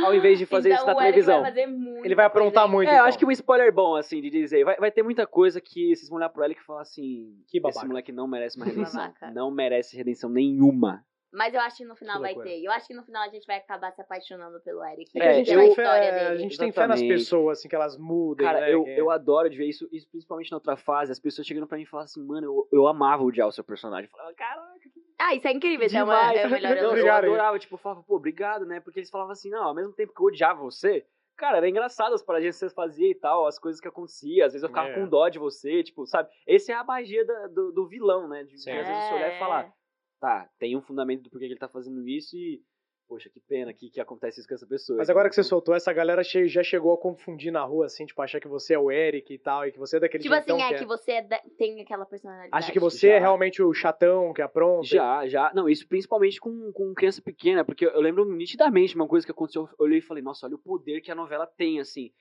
S1: ao invés de fazer
S3: então,
S1: isso na
S3: o Eric
S1: televisão.
S3: Vai fazer muito
S4: Ele vai
S3: coisa
S4: aprontar
S3: aí.
S4: muito,
S1: É, eu
S4: então.
S1: acho que um spoiler bom, assim, de dizer. Vai, vai ter muita coisa que vocês vão olhar pro Eric e falar assim:
S4: Que babaca.
S1: esse moleque não merece uma
S3: Que
S1: redenção.
S3: babaca.
S1: não merece redenção nenhuma.
S3: Mas eu acho que no final
S4: Que
S3: vai
S4: loucura.
S3: ter. Eu acho que no final a gente vai acabar se apaixonando pelo Eric.
S4: É,
S1: É,
S4: a gente,
S1: eu-
S3: pela
S4: tem, fé,
S3: história
S4: a
S3: dele.
S4: gente tem fé nas
S1: Exatamente.
S4: pessoas, assim, que elas mudem,
S1: Cara,
S4: né?
S1: eu,
S4: que-
S1: eu adoro de ver isso, isso, principalmente na outra fase, as pessoas chegando pra mim e falando assim: mano, eu, eu amava odiar o seu personagem. Eu falava, caraca.
S3: Ah, isso é incrível. isso é uma- é
S1: Demais,
S3: o
S1: sabe?
S3: melhor
S1: eu, eu
S3: elogio.
S4: Obrigado, hein?
S1: adorava, tipo, eu falava, pô, obrigado, né? Porque eles falavam assim, não, ao mesmo tempo que eu odiava você, cara, era engraçado as paradinhas que vocês faziam e tal, as coisas que aconteciam, às vezes eu ficava
S4: É.
S1: com dó de você, tipo, sabe? Essa é a magia da- do, do vilão, né? De às
S4: Sim.
S1: vezes você
S3: É,
S1: olhar e falar,
S3: é.
S1: tá, tem um fundamento do porquê que ele tá fazendo isso e, poxa, que pena que, que acontece isso com essa pessoa.
S4: Mas agora que você soltou, essa galera che- já chegou a confundir na rua, assim, tipo, achar que você é o Eric e tal, e que você é daquele
S3: Tipo assim,
S4: jeitão
S3: é
S4: é-
S3: que você é da- tem aquela personalidade.
S4: Acha que você
S1: Já.
S4: é realmente o chatão que apronta.
S1: Já, já. Não, isso principalmente com, com criança pequena, porque eu, eu lembro nitidamente uma coisa que aconteceu. Eu olhei e falei, nossa, olha o poder que a novela tem, assim.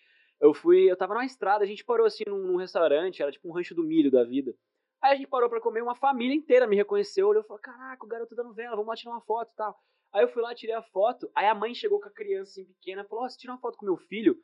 S1: Eu fui, eu tava numa estrada, a gente parou assim num, num restaurante, era tipo um rancho do milho da vida. Aí a gente parou pra comer, uma família inteira me reconheceu, olhou e falou: caraca, o garoto da novela, vamos lá tirar uma foto e tal. Aí eu fui lá, tirei a foto, aí a mãe chegou com a criança assim pequena, falou: ó, você tira uma foto com meu filho?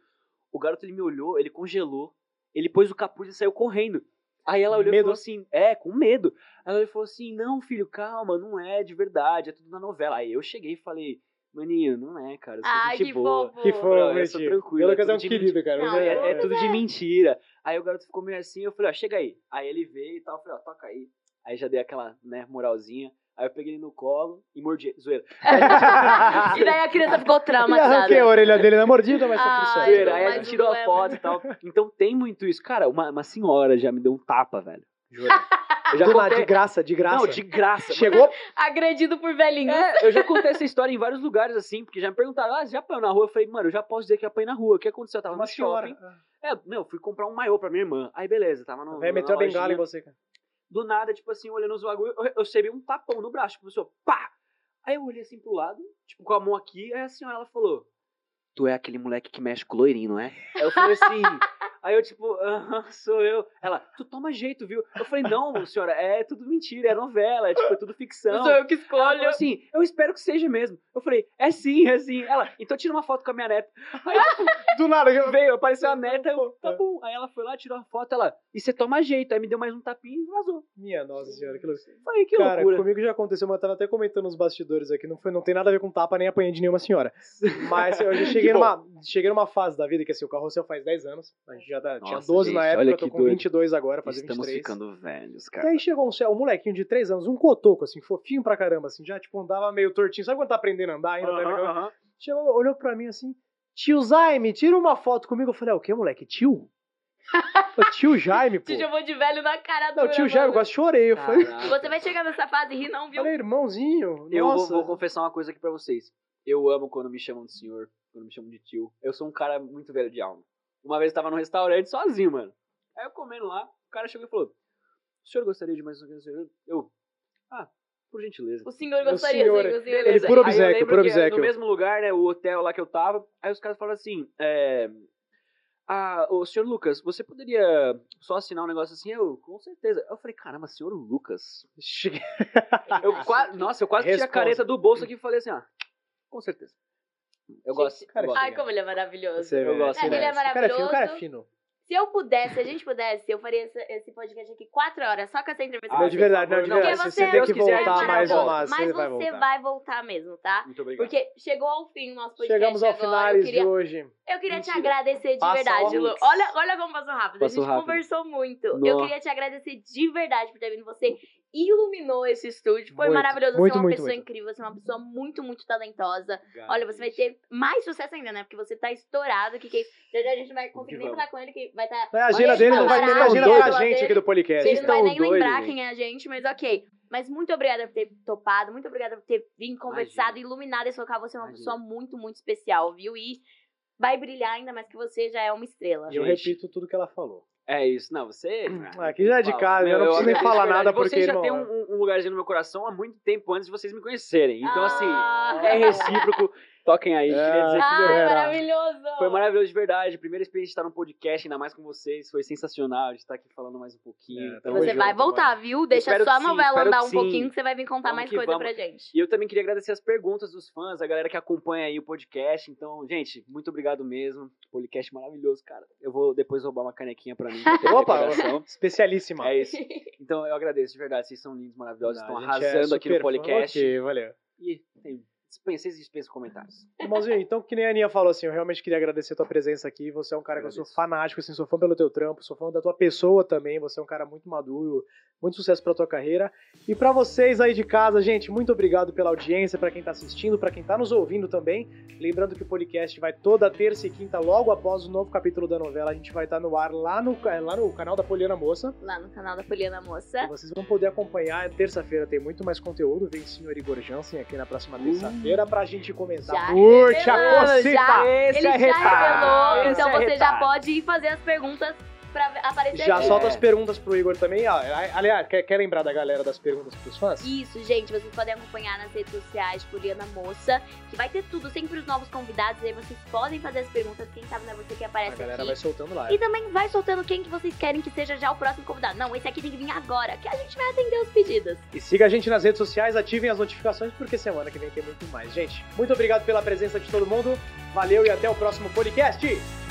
S1: O garoto ele me olhou, ele congelou, ele pôs o capuz e saiu correndo. Aí ela olhou e
S4: Medo.
S1: falou assim: é, com medo. Aí ela falou assim: não, filho, calma, não é de verdade, é tudo na novela. Aí eu cheguei e falei: maninho, não é, cara, eu sou
S3: Ai,
S1: gente
S3: que
S1: boa.
S3: fofo.
S4: Que
S1: Não, eu
S4: foi,
S1: sou
S4: gente.
S1: tranquilo,
S4: Pelo
S1: é
S4: que você é um
S1: tudo de
S4: querido, cara.
S3: Não,
S4: Você
S1: É,
S4: é-
S1: é tudo de mentira. Aí o garoto ficou meio assim, eu falei, ó, chega aí. Aí ele veio e tal, eu falei, ó, toca aí. Aí já dei aquela, né, moralzinha. Aí eu peguei ele no colo e mordi, zoeira.
S3: e daí a criança
S4: E arranquei
S3: ficou
S4: a
S3: traumatizada.
S4: orelha dele na mordida, mas tá tudo certo.
S3: Ai,
S1: Zoeira. é.
S3: não,
S1: Aí ele
S3: mas o
S1: tirou a
S3: problema-
S1: foto e tal. Então tem muito isso. Cara, uma, uma senhora já me deu um tapa, velho. Juro. Eu já
S4: Do nada,
S1: contei-
S4: de graça, de graça.
S1: Não, de graça.
S4: Chegou,
S3: Agredido por velhinho.
S1: É, eu já contei essa história em vários lugares, assim, porque já me perguntaram, ah, você já apanhou na rua? Eu falei, mano, eu já posso dizer que apanhei na rua. O que aconteceu? Eu tava
S4: uma
S1: no shopping.
S4: senhora.
S1: É, meu, fui comprar um maiô pra minha irmã. Aí beleza, tava no.
S4: Vai
S1: na
S4: É, meteu a bengala
S1: lojinha.
S4: em você, cara.
S1: Do nada, tipo assim, olhando os bagulho, eu, eu recebi um tapão no braço, começou, pá! Aí eu olhei assim pro lado, tipo, com a mão aqui, aí a senhora ela falou: Tu é aquele moleque que mexe com o loirinho, não é? Aí eu falei assim. Aí eu, tipo, aham, sou eu. Ela, tu toma jeito, viu? Eu falei, não, senhora, é tudo mentira, é novela, é tipo, é tudo ficção.
S3: Sou eu que
S1: Ela falou
S3: escolho.
S1: assim, eu espero que seja mesmo. Eu falei, é sim, é sim. Ela, então tira uma foto com a minha neta.
S4: Do nada, eu
S1: Veio, apareceu a neta, eu,
S3: é.
S1: tá bom. Aí ela foi lá, tirou a foto, ela, e você toma jeito. Aí me deu mais um tapinha e vazou.
S4: Minha nossa senhora, que loucura.
S1: Falei, que
S4: Cara,
S1: loucura.
S4: comigo já aconteceu, mas eu tava até comentando nos bastidores aqui, não, foi, não tem nada a ver com tapa nem apanhei de nenhuma senhora. Mas eu já cheguei,
S1: bom.
S4: numa, cheguei numa fase da vida que assim, o carrossel faz 10 anos, a gente já tá- tinha
S1: Nossa,
S4: 12 na
S1: gente,
S4: época,
S1: olha
S4: eu tô
S1: que
S4: com
S1: doido.
S4: 22 agora, fazer
S1: Estamos
S4: 23.
S1: ficando velhos,
S4: E
S1: cara.
S4: aí chegou um, ce- um molequinho de 3 anos, um cotoco, assim, fofinho pra caramba, assim, já tipo andava meio tortinho, sabe quando tá aprendendo a andar ainda? tá naquela- Chegou, olhou pra mim assim, tio Jaime, tira uma foto comigo. Eu falei, é o que, moleque? Tio? Ô, tio Jaime, pô.
S3: Te chamou de velho na cara
S4: Não,
S3: dura,
S1: é
S4: tio Jaime, eu
S3: mano.
S4: quase chorei. Eu
S1: Tá.
S4: falei,
S3: Você vai chegar nessa fase e rir, não, viu?
S4: falei, irmãozinho,
S1: Eu vou,
S4: nossa.
S1: vou confessar uma coisa aqui pra vocês. Eu amo quando me chamam de senhor, quando me chamam de tio. Eu sou um cara muito velho de alma. Uma vez eu tava num restaurante sozinho, mano. Aí eu comendo lá, o cara chegou e falou: O senhor gostaria de mais um queijo?" Eu, ah, por gentileza.
S3: O senhor
S4: Meu
S3: gostaria,
S4: senhor,
S3: sim, o senhor
S4: ele
S3: gostaria.
S4: por
S1: Aí eu
S4: obséquio,
S1: lembro
S4: por
S1: que é
S4: obséquio.
S1: No mesmo lugar, né? O hotel lá que eu tava. Aí os caras falaram assim: é, Ah, o senhor Lucas, você poderia só assinar um negócio assim? Eu, com certeza. Eu falei: Caramba, senhor Lucas.
S4: Cheguei-
S1: Eu
S4: Ah,
S1: qua- Nossa, eu quase tirei a
S4: Resposta.
S1: careta do bolso aqui e falei assim: Ah, com certeza. Eu gosto.
S4: cara,
S1: eu gosto.
S3: Ai, como ele é maravilhoso.
S4: Você, velho,
S1: gosto
S4: você
S1: dele.
S4: merece. O cara
S3: Ele é
S4: é fino, o cara é
S3: maravilhoso.
S4: fino.
S3: Se eu pudesse, se a gente pudesse, eu faria esse, esse podcast aqui quatro horas, só com essa entrevista.
S1: Ah,
S4: Não,
S3: com
S4: de
S3: você.
S4: verdade, não, de
S1: Não,
S4: verdade.
S3: porque
S4: Se
S3: você
S4: você tem
S1: é
S4: que
S1: maravilhoso.
S4: voltar mais
S1: Volta.
S4: ou mais,
S3: Mas
S4: você vai
S3: você
S4: voltar.
S3: vai voltar mesmo, tá?
S1: Muito obrigado.
S3: Porque chegou ao fim o nosso podcast
S4: Chegamos ao
S3: agora.
S4: final
S3: eu
S4: de
S3: queria,
S4: hoje.
S3: eu queria te
S1: Mentira.
S3: agradecer de
S4: Passa
S3: verdade,
S4: um-
S3: Lu. Olha, olha como passou rápido.
S1: Passou
S3: a gente
S1: rápido.
S3: conversou muito. Eu
S1: Nossa.
S3: queria te agradecer de verdade por ter vindo. Você iluminou esse estúdio. Foi
S4: Muito,
S3: maravilhoso.
S4: muito,
S3: você é uma
S4: muito,
S3: pessoa
S4: muito.
S3: incrível. Você é uma pessoa muito, muito talentosa. Olha, você vai ter mais sucesso ainda, né? Porque você tá estourado. Que, que... Já já a gente vai conseguir nem
S1: vamos.
S3: falar com ele, que vai estar...
S4: Não é a agenda
S3: Olha,
S4: dele, não vai ter nem a
S3: vocês
S4: agenda pra
S3: estão
S4: gente aqui do podcast.
S3: Ele não vai
S1: É, estão
S3: nem
S1: doidos,
S3: lembrar
S1: gente.
S3: quem é a gente, mas ok. Mas muito obrigada por ter topado, muito obrigada por ter vindo, conversado, iluminado esse local. Você é uma
S1: Imagina.
S3: pessoa muito, muito especial, viu? E vai brilhar ainda mais que você já é uma estrela.
S4: E eu repito tudo que ela falou.
S1: É isso, não, você.
S4: Ah, aqui já é de
S1: Fala.
S4: casa, eu não preciso nem
S1: agradeço
S4: falar
S1: de verdade.
S4: nada porque, é
S1: Vocês já
S4: irmão,
S1: têm um, um lugarzinho no meu coração há muito tempo antes de vocês me conhecerem. Então,
S3: Ah.
S1: assim, é recíproco. Toquem aí.
S4: É.
S1: queria dizer que meu-
S3: Ai, Ah, maravilhoso!
S1: Foi maravilhoso de verdade. Primeira experiência de estar num podcast, ainda mais com vocês. Foi sensacional de estar aqui falando mais um
S4: É,
S1: pouquinho.
S4: tá
S1: Tamo
S3: Você
S1: junto,
S3: vai voltar,
S1: mano.
S3: viu? Deixa
S1: Espero
S3: só a
S1: que sim,
S3: novela
S1: espero
S3: andar
S1: que
S3: um
S1: sim.
S3: pouquinho que você vai vir contar
S1: Vamos
S3: mais
S1: que
S3: coisa
S1: vamos.
S3: pra gente.
S1: E eu também queria agradecer as perguntas dos fãs, a galera que acompanha aí o podcast. Então, gente, muito obrigado mesmo. Podcast maravilhoso, cara. Eu vou depois roubar uma canequinha pra mim. pra ter
S4: Opa,
S1: recordação.
S4: especialíssima.
S1: É isso. Então, eu agradeço de verdade. Vocês são lindos, maravilhosos.
S4: Não,
S1: estão
S4: a gente é
S1: arrasando aqui
S4: super
S1: no
S4: fã.
S1: podcast.
S4: Ok, valeu.
S1: E tem, dispensa- vocês dispensam comentários.
S4: Irmãozinho, então que nem a Aninha falou assim, eu realmente queria agradecer a tua presença aqui, você é um cara que eu sou fanático, assim, sou fã pelo teu trampo, sou fã da tua pessoa também, você é um cara muito maduro, muito sucesso pra tua carreira. E pra vocês aí de casa, gente, muito obrigado pela audiência, pra quem tá assistindo, pra quem tá nos ouvindo também. Lembrando que o podcast vai toda terça e quinta, logo após o novo capítulo da novela, a gente vai estar no ar lá no, ca- lá no canal da Poliana Moça.
S3: Lá no canal da Poliana Moça.
S4: E Vocês vão poder acompanhar. É Terça-feira tem muito mais conteúdo. Vem senhor Igor Jansen aqui na próxima terça-feira pra gente comentar.
S3: Já
S4: Curte a
S3: revelamos,
S4: cocita!
S3: já.
S4: Esse
S3: Ele
S4: é
S3: já
S4: retardo. Esse
S3: revelou, então
S4: é
S3: você já
S4: retardo.
S3: pode ir fazer as perguntas pra ver- aparecer
S4: Já
S3: aqui.
S4: solta as perguntas pro Igor também. ó. Aliás, quer, quer lembrar da galera das perguntas pros fãs?
S3: Isso, gente, vocês podem acompanhar nas redes sociais Poliana Moça, que vai ter tudo, sempre os novos convidados, e aí vocês podem fazer as perguntas, quem sabe não é você que
S4: A
S3: aparece
S4: galera
S3: aqui.
S4: vai soltando lá.
S3: E também vai soltando quem que vocês querem que seja já o próximo convidado. Não, esse aqui tem que vir agora, que a gente vai atender os pedidos.
S4: E siga a gente nas redes sociais, ativem as notificações, porque semana que vem tem muito mais. Gente, muito obrigado pela presença de todo mundo. Valeu e até o próximo podcast.